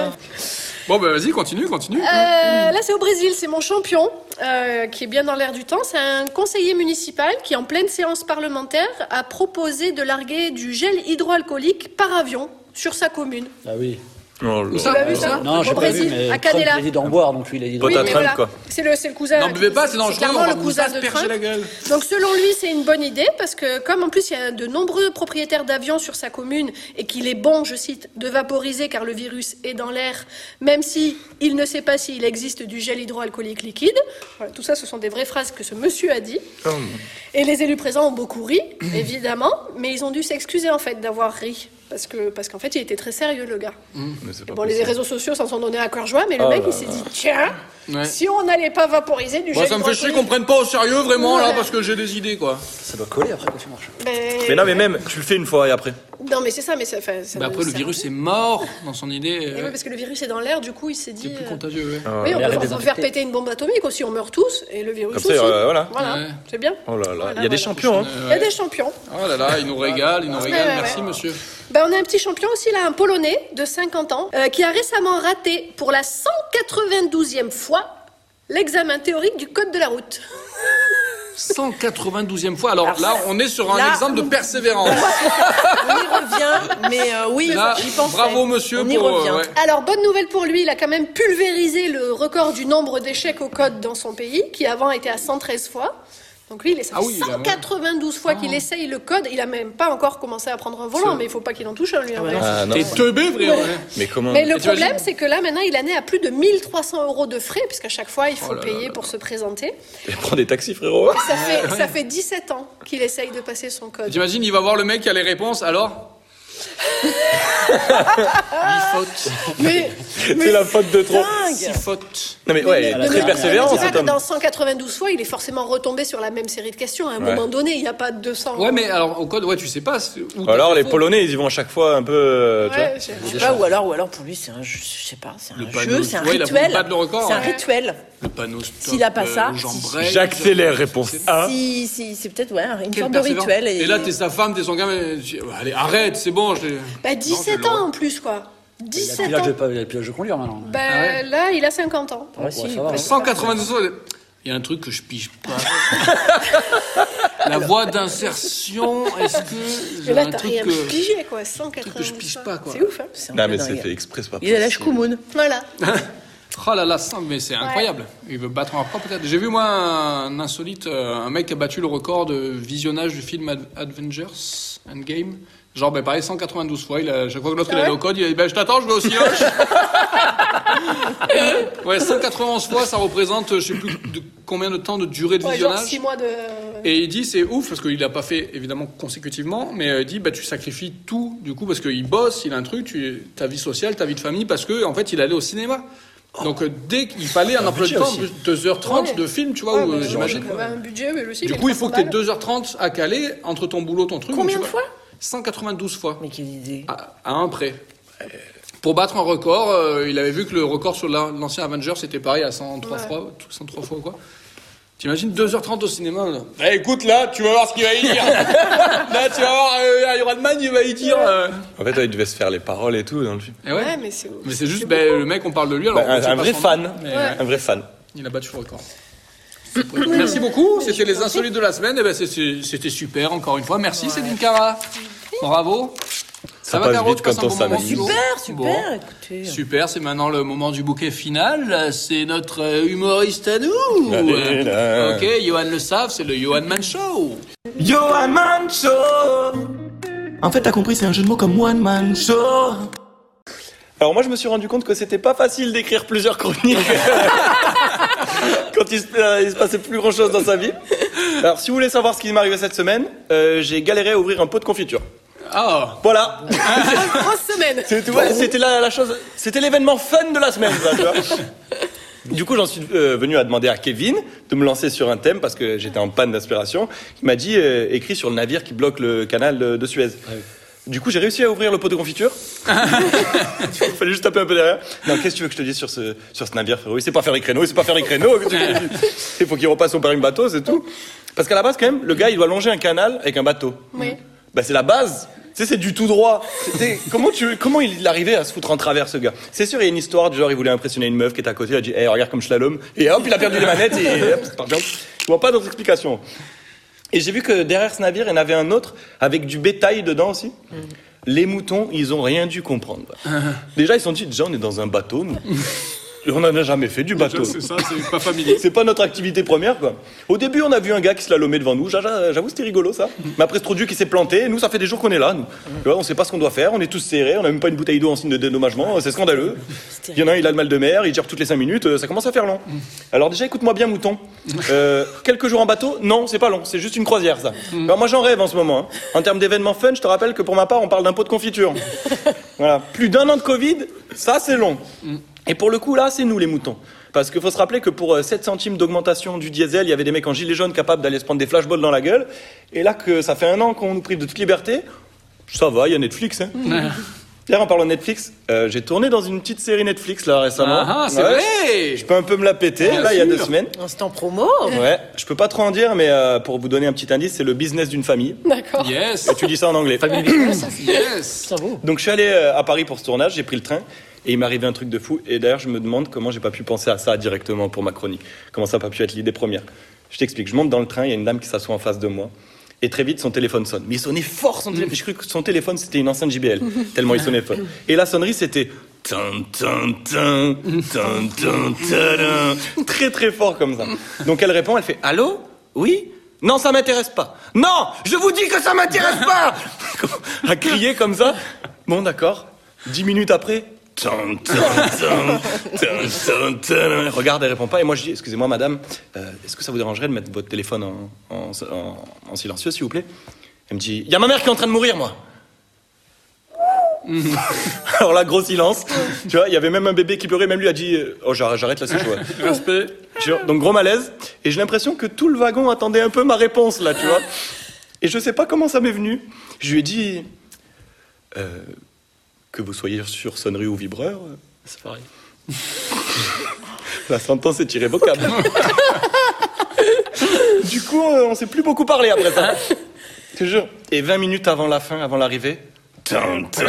S3: Bon, bah vas-y, continue, continue.
S6: Euh, là, c'est au Brésil, c'est mon champion euh, qui est bien dans l'air du temps. C'est un conseiller municipal qui, en pleine séance parlementaire, a proposé de larguer du gel hydroalcoolique par avion sur sa commune.
S7: Ah oui.
S9: Oh là.
S3: Ça,
S6: Tu l'as vu ça
S7: Non, j'ai
S6: Au
S7: pas vu,
S6: Brésil,
S7: mais
S6: à
S7: Trump,
S6: Canela.
S7: il a dit d'en boire, donc lui, il a dit d'en
S9: Oui,
S7: boire.
S9: Potato. Trump, quoi.
S6: C'est le, c'est le cousin.
S3: N'en buvez pas, c'est dangereux, on
S6: clairement
S3: va
S6: le
S3: vous
S6: cousin de
S3: asperger
S6: Trump.
S3: la gueule.
S6: Donc selon lui, c'est une bonne idée parce que comme en plus il y a de nombreux propriétaires d'avions sur sa commune et qu'il est bon, je cite, de vaporiser car le virus est dans l'air, même si il ne sait pas s'il existe du gel hydroalcoolique liquide. Voilà, tout ça, ce sont des vraies phrases que ce monsieur a dit. Et les élus présents ont beaucoup ri, évidemment, mais ils ont dû s'excuser en fait d'avoir ri. Parce que parce qu'en fait, il était très sérieux, le gars.
S3: Bah,
S9: Mais c'est pas
S6: Et bon, les
S9: possible.
S6: réseaux sociaux s'en sont donnés à cœur joie, mais le mec, il s'est dit tiens,
S3: Ah Ouais.
S6: si on n'allait pas vaporiser du
S3: Moi,
S6: gel
S3: ça me fait chier
S6: hydroalcoolique-
S3: qu'on prenne pas au sérieux, vraiment, là,
S6: Ouais.
S3: parce que j'ai des idées, quoi.
S7: Ça doit coller après quand tu marches.
S6: Ben,
S9: Mais non, mais même, tu le fais une fois et après.
S6: Non, mais c'est ça, mais ça, enfin, ça
S3: Bah, après, le
S6: ça-
S3: virus est mort dans son idée.
S6: Et
S3: euh,
S6: oui, parce que le virus est dans l'air, du coup, il s'est dit.
S3: C'est plus
S6: euh,
S3: contagieux, ouais.
S6: Oui, on
S7: L'air est
S6: peut en
S7: désinfecté.
S6: faire péter une bombe atomique aussi, on meurt tous, et le virus
S9: Comme ça,
S6: aussi.
S9: euh, voilà.
S6: Voilà,
S3: Ouais.
S6: c'est bien.
S9: Oh là là,
S6: Voilà,
S9: il y a
S6: voilà.
S9: des champions, hein.
S6: Il y a des champions.
S3: Oh là là, il nous régale, il nous régale.
S6: ouais,
S3: Merci,
S6: ouais.
S3: monsieur.
S6: Ben, on a un petit champion aussi, là, un Polonais de 50 ans, euh, qui a récemment raté pour la 192e fois l'examen théorique du code de la route.
S3: 192e fois. Alors,
S4: Alors,
S3: là,
S4: ça-
S3: on est sur un
S4: là-
S3: exemple de persévérance.
S4: On y revient, mais euh, oui,
S3: Là,
S4: j'y pensais.
S3: bravo, monsieur,
S4: On y
S3: pour, euh,
S4: revient.
S3: ouais.
S6: Alors, bonne nouvelle pour lui, il a quand même pulvérisé le record du nombre d'échecs au code dans son pays, qui avant était à 113 fois. Donc lui, il est ça
S3: Ah
S6: fait
S3: oui, Ah. il a-
S6: 192 fois qu'il essaye le code. Il a même pas encore commencé à prendre un volant, mais il faut pas qu'il en touche un, lui. hein, ouais.
S9: Ah, non.
S3: T'es teubé, hein. vrai. ouais.
S9: Mais comment
S6: Mais le
S3: t'imagines-
S6: problème, c'est que là, maintenant, il en est à plus de 1300 euros de frais, puisqu'à chaque fois,
S9: Oh
S6: il faut
S3: là là
S6: payer pour se présenter.
S9: Prends des taxis, frérot.
S6: Ça fait, ça fait 17 ans qu'il essaye de passer son code.
S3: T'imagines, il va voir le mec qui a les réponses, alors Il faute.
S6: Mais,
S9: C'est la faute de trop.
S4: Dingue.
S3: Il faute.
S9: Non, mais ouais, il est très persévérant,
S6: tu vois
S9: cet
S6: que
S9: homme.
S6: dans 192 fois, il est forcément retombé sur la même série de questions. À un
S9: Ouais.
S6: moment donné, il n'y a pas 200.
S3: Ouais, mais alors, au code, ouais, tu sais pas. c'est- où
S9: Ou
S3: t'as
S9: Alors,
S3: fait
S9: les
S3: faux.
S9: Polonais, ils y vont à chaque fois un peu. euh, tu vois.
S6: Ouais, je-
S4: Je sais pas, Bah, ou alors, ou alors pour lui, c'est un, jeu, je sais pas, c'est un
S3: panneau-
S4: jeu, c'est un
S3: ouais, il a voulu
S4: rituel.
S3: battre le record, hein.
S4: C'est un
S3: ouais.
S4: rituel.
S3: Le panneau stop,
S4: S'il a pas
S3: euh,
S4: ça,
S3: le jambe
S4: si-
S3: break,
S9: J'accélère, réponse A.
S4: Si, si, c'est peut-être ouais, une
S3: Quelle
S4: sorte de
S3: persévérance.
S4: rituel.
S3: Et là, t'es sa femme, t'es son gars, mais tu- ouais, Allez, arrête, c'est bon. je l'ai-
S6: Bah
S3: Non,
S6: 17
S3: je le
S6: ans en plus quoi.
S7: Il a plus
S6: 17
S7: l'âge
S6: ans.
S7: de, pas- il a plus l'âge de conduire maintenant.
S6: Bah
S3: Ah ouais.
S6: là, il a 50 ans.
S4: Ah, si,
S7: Ouais, ça va.
S3: 192 euros. Il y a un truc que je pige pas. La voie d'insertion, est-ce que.
S6: Mais
S3: j'ai
S6: là,
S3: un
S6: t'as
S3: truc
S6: rien
S3: que-
S6: pigé quoi, 180.
S3: que je pige pas, quoi.
S6: C'est ouf hein.
S4: c'est un
S9: Non,
S4: peu
S9: mais
S4: dingue.
S9: c'est fait exprès, c'est pas
S4: Il a l'âge
S9: possible.
S4: Koumoun.
S6: Voilà.
S3: Oh là là, ça, mais c'est incroyable. Il veut battre un record peut-être. J'ai vu moi un insolite, euh, un mec qui a battu le record de visionnage du film Ad- Avengers Endgame. Genre, ben pareil, 192 fois. Il a, chaque fois que l'autre il allait au code, il a dit ben, Je t'attends, je vais au cinoche. ouais, 191 fois, ça représente, euh, je sais plus de combien de temps de durée de
S6: Ouais, genre
S3: visionnage.
S6: 6 mois de
S3: Et il dit c'est ouf parce qu'il l'a pas fait évidemment consécutivement, mais euh, il dit bah tu sacrifies tout du coup parce qu'il bosse, il a un truc, tu, ta vie sociale, ta vie de famille parce que en fait il allait au cinéma. Donc euh, dès qu'il fallait un emploi de temps, 2h30 de film, tu vois,
S6: Ouais,
S3: où,
S6: bah,
S3: euh,
S6: genre,
S3: j'imagine.
S6: il avait un budget mais le site,
S3: Du
S6: est
S3: coup il faut que
S6: 300
S3: tu aies 2h30 à caler entre ton boulot, ton truc.
S4: Combien
S3: donc,
S4: de
S3: tu
S4: fois
S3: vois, 192 fois
S4: Mais quelle idée.
S3: à, à un près. Pour battre un record, euh, il avait vu que le record sur la- l'ancien Avengers c'était pareil à 103 fois, 103 fois ou quoi. T'imagines 2h30 au cinéma là. Eh, écoute là, tu vas voir ce qu'il va y dire. là, tu vas voir euh, Iron Man, il va y dire. euh.
S9: En fait, ouais, il devait se faire les paroles et tout dans le film.
S3: Eh
S6: balles.
S3: ouais.
S6: Ouais, mais c'est ouf.
S3: Mais c'est juste, ben, le mec, on parle de lui. Alors,
S9: Bah,
S3: on
S9: un,
S3: sait
S9: un
S3: pas
S9: vrai
S3: son nom,
S9: fan.
S3: mais,
S9: Un vrai fan.
S3: Il a battu le record. Merci beaucoup. C'était les insolites de la semaine. Et ben, c'est- c'est- c'était super encore une fois. Merci Céline Cara. Bravo. Ça,
S9: passe
S3: Caro,
S9: vite
S3: tu passes
S9: quand
S3: un
S9: on
S3: bon moment
S9: s'amuse.
S3: sous l'eau
S4: Super, super,
S3: Bon.
S4: écoutez.
S3: Super, c'est maintenant le moment du bouquet final. Euh, C'est notre euh, humoriste à nous. Euh,
S9: Allez, là.
S3: Ok, Johan le savent, c'est le Johan Man Show.
S14: Johan Man Show En fait, t'as compris, c'est un jeu de mots comme One Man Show
S9: Alors moi je me suis rendu compte que c'était pas facile d'écrire plusieurs chroniques quand il se, euh, il se passait plus grand chose dans sa vie. Alors si vous voulez savoir ce qui m'est arrivé cette semaine, euh, j'ai galéré à ouvrir un pot de confiture.
S3: Ah,
S9: Voilà,
S6: Grosse semaine.
S9: C'est tout. Ouais, c'était la, la chose, c'était l'événement fun de la semaine. ça, tu vois. Du coup, j'en suis euh, venu à demander à Kevin de me lancer sur un thème parce que j'étais en panne d'inspiration. Il m'a dit euh, écrit sur le navire qui bloque le canal de, de Suez. Du coup, j'ai réussi à ouvrir le pot de confiture. Il fallait juste taper un peu derrière. Non, qu'est-ce que tu veux que je te dise sur ce, sur ce navire, frérot Il sait pas faire les créneaux, il sait pas faire les créneaux. Il faut qu'il repasse son permis bateau, c'est tout. Parce qu'à la base, quand même, le gars, il doit longer un canal avec un bateau.
S12: Oui.
S9: Bah, c'est la base. Tu sais, c'est du tout droit. T'es- Comment, tu, comment il arrivait à se foutre en travers, ce gars C'est sûr, il y a une histoire du genre, il voulait impressionner une meuf qui était à côté, il a dit, hey, regarde comme je l'allume. Et hop, il a perdu les manettes et hop, c'est parti. Je vois pas d'autres explications. Et j'ai vu que derrière ce navire, il y en avait un autre avec du bétail dedans aussi. Les moutons, ils ont rien dû comprendre. Déjà, ils se sont dit, déjà, on est dans un bateau, nous. On n'en a jamais fait du bateau.
S3: C'est ça, c'est pas familier.
S9: C'est pas notre activité première, quoi. Au début, on a vu un gars qui se lomé devant nous. J'a- j'a- J'avoue, c'était rigolo, ça. Mais après, c'est trop dur qui s'est planté. Et Nous, ça fait des jours qu'on est là, nous. Tu vois, on sait pas ce qu'on doit faire. On est tous serrés. On a même pas une bouteille d'eau en signe de dédommagement. C'est scandaleux. Il y en a un, il a le mal de mer. Il gère toutes les 5 minutes. euh, Ça commence à faire long. Alors, déjà, écoute-moi bien, mouton. Euh, quelques jours en bateau, non, c'est pas long. C'est juste une croisière, ça. Alors, moi, j'en rêve en ce moment. hein. En termes d'événements fun, je te rappelle que pour ma part, on parle d'un pot de confiture. Voilà. Plus d'un an de Covid, ça, c'est long.
S3: Mm.
S9: Et pour le coup, là, c'est nous les moutons. Parce qu'il faut se rappeler que pour euh, 7 centimes d'augmentation du diesel, il y avait des mecs en gilet jaune capables d'aller se prendre des flashballs dans la gueule. Et là, que ça fait un an qu'on nous prive de toute liberté, ça va, il y a Netflix. Hein. D'ailleurs, en parlant de Netflix, euh, j'ai tourné dans une petite série Netflix là récemment.
S3: Ah, ah, c'est
S9: Ouais,
S3: vrai
S9: Je peux un peu me la péter,
S3: Bien
S9: là, il y a
S3: sûr.
S9: deux semaines.
S4: On s'est Oh, en promo.
S9: Ouais, je peux pas trop en dire, mais euh, pour vous donner un petit indice, c'est le business d'une famille.
S6: D'accord.
S3: Yes,
S9: Et tu dis ça en anglais.
S3: yes.
S9: Donc je suis allé euh, à Paris pour ce tournage, j'ai pris le train et il m'est arrivé un truc de fou. Et d'ailleurs, je me demande comment j'ai pas pu penser à ça directement pour ma chronique. Comment ça n'a pas pu être l'idée première. Je t'explique. Je monte dans le train, il y a une dame qui s'assoit en face de moi. Et très vite, son téléphone sonne. Mais il sonnait fort son téléphone. Je crus que son téléphone, c'était une enceinte JBL, tellement il sonnait fort. Et la sonnerie, c'était. Tin, tin, tin, tin, tin, tadam. Très, très fort comme ça. Donc elle répond, elle fait Allô Oui non, ça m'intéresse pas. Non, je vous dis que ça m'intéresse pas À crier comme ça. Bon, d'accord. Dix minutes après. Tan, tan, tan, tan, tan, tan. Elle Regarde, elle répond pas. Et moi, je dis Excusez-moi, madame, euh, est-ce que ça vous dérangerait de mettre votre téléphone en, en- en- en silencieux, s'il vous plaît Elle me dit Il y a ma mère qui est en train de mourir, moi. Alors là, gros silence. Tu vois, il y avait même un bébé qui pleurait. Même lui a dit euh, Oh, j'arr- j'arrête là, c'est chaud.
S3: Respect.
S9: Tu vois, Donc gros malaise. Et j'ai l'impression que tout le wagon attendait un peu ma réponse là, tu vois. Et je sais pas comment ça m'est venu. Je lui ai dit euh, que vous soyez sur sonnerie ou vibreur, euh, c'est pareil. La sentence est irrévocable. du coup, euh, on s'est plus beaucoup parlé après ça. Je te jure. Et 20 minutes avant la fin, avant l'arrivée. tin, tin,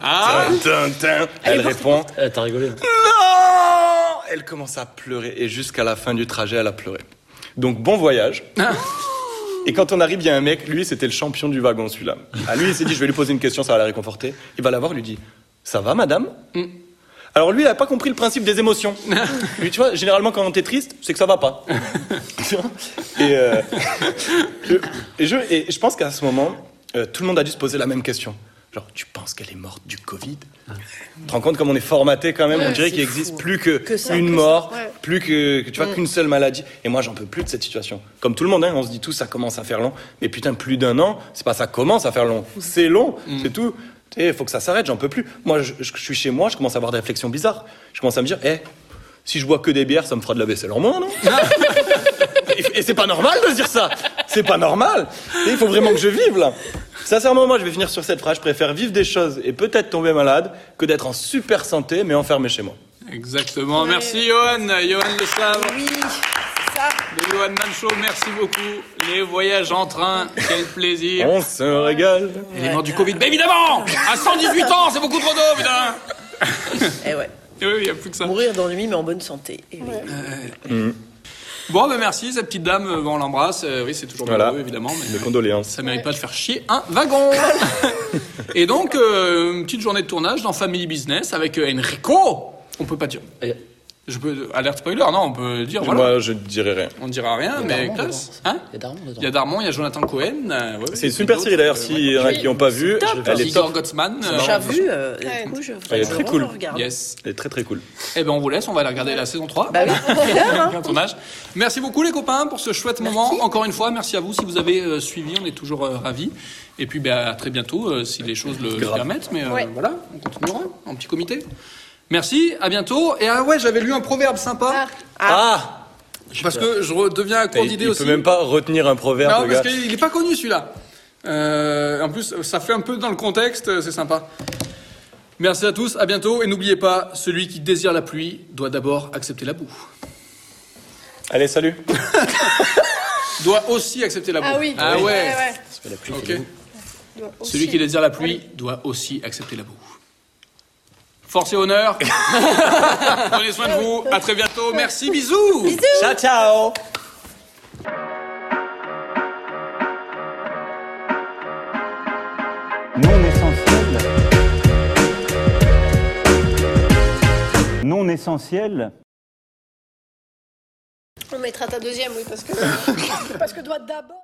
S9: tin, tin, tin, Elle répond
S7: Eh, T'as rigolé. hein.
S9: non Elle commence à pleurer et jusqu'à la fin du trajet, elle a pleuré. Donc bon voyage. Et quand on arrive, il y a un mec, lui c'était le champion du wagon celui-là. À lui, il s'est dit je vais lui poser une question, ça va la réconforter. Il va la voir, il lui dit ça va madame Alors lui, il n'a pas compris le principe des émotions. Lui, tu vois, généralement quand on est triste, c'est que ça va pas. Tu vois et, euh, et je, et je pense qu'à ce moment, euh, tout le monde a dû se poser la même question. Genre, tu penses qu'elle est morte du Covid Tu te rends compte comme on est formaté quand même On dirait qu'il existe plus que,
S4: ça,
S9: une
S4: que ça,
S9: mort,
S4: ouais.
S9: plus que, que tu vois qu'une seule maladie. Et moi, j'en peux plus de cette situation. Comme tout le monde, hein, on se dit tout, ça commence à faire long. Mais putain, plus d'un an, c'est pas ça commence à faire long. C'est long, c'est tout. Il faut que ça s'arrête, j'en peux plus. Moi, je, je suis chez moi, je commence à avoir des réflexions bizarres. Je commence à me dire, eh, si je bois que des bières, ça me fera de la vaisselle en moins, non et et c'est pas normal de se dire ça. C'est pas normal. Et il faut vraiment que je vive là. Sincèrement, moi, je vais finir sur cette phrase. Je préfère vivre des choses et peut-être tomber malade que d'être en super santé mais enfermé chez moi.
S3: Exactement. Merci, Johan. Johan Le Savre.
S4: Oui, ça.
S3: Le Johan Man Show, merci beaucoup. Les voyages en train, quel plaisir.
S9: On se régale.
S3: Il est mort du Covid. Mais évidemment À 118 ans, c'est beaucoup trop tôt, putain
S4: Eh ouais.
S3: Et oui, il n'y a plus que ça.
S4: Mourir dans le lit, mais en bonne santé. Eh oui.
S3: Bon, ben merci, cette petite dame, euh, on l'embrasse. Euh, oui, c'est toujours
S9: Voilà.
S3: malheureux, évidemment, mais
S9: Mes
S3: euh,
S9: condoléances.
S3: ça mérite pas de faire chier un wagon. Et donc, euh, une petite journée de tournage dans Family Business avec euh, Enrico. On peut pas dire.
S7: Et-
S3: Je peux euh, alerte spoiler, non, on peut dire voilà.
S9: Moi, je dirais rien.
S3: On dira rien,
S7: Il y a
S3: mais
S7: Darmon
S3: classe.
S7: dedans.
S3: Hein
S7: Il y a Darmon dedans.
S3: Il y a Darmon, il y a Jonathan Cohen. euh, ouais,
S9: C'est
S3: et
S9: une super
S3: puis
S9: série
S3: d'autres,
S9: d'ailleurs.
S3: euh,
S9: S'il y en a qui n'ont pas vu, elle est
S3: Igor
S9: top.
S3: Gottsman. euh,
S4: J'ai vu, euh, du coup, je
S9: Elle est
S4: je
S9: très cool.
S4: re-regarde.
S3: Yes.
S9: Elle est très très cool.
S3: Eh ben on vous laisse, on va aller regarder la saison 3.
S4: Bah oui, c'est l'heure, hein.
S3: Un tournage. Merci beaucoup les copains pour ce chouette moment. Encore une fois, merci à vous si vous avez euh, suivi, on est toujours euh, ravis. Et puis ben, à très bientôt euh, si les choses le le permettent, mais euh, voilà, on continuera en petit comité. Merci, à bientôt. Et ah ouais, j'avais lu un proverbe sympa.
S9: Ah
S3: Parce que je redeviens à court
S9: Il,
S3: d'idées
S9: Eh, il
S3: aussi.
S9: peut même pas retenir un proverbe,
S3: non,
S9: le gars.
S3: parce qu'il n'est pas connu celui-là. Euh, en plus, ça fait un peu dans le contexte, euh, c'est sympa. Merci à tous, à bientôt. Et n'oubliez pas, celui qui désire la pluie doit d'abord accepter la boue.
S9: Allez, salut
S3: Doit aussi accepter la boue.
S6: Ah oui.
S3: Ah ouais.
S6: Ouais, ouais.
S3: Ok.
S6: Doit aussi-
S3: Celui qui désire la pluie doit aussi accepter la boue. Force et honneur. Prenez soin de vous. À très bientôt. Merci. Bisous.
S9: Ciao, ciao
S2: non essentiel, non essentiel.
S12: On mettra ta deuxième, oui, parce que.
S6: Parce que doit d'abord.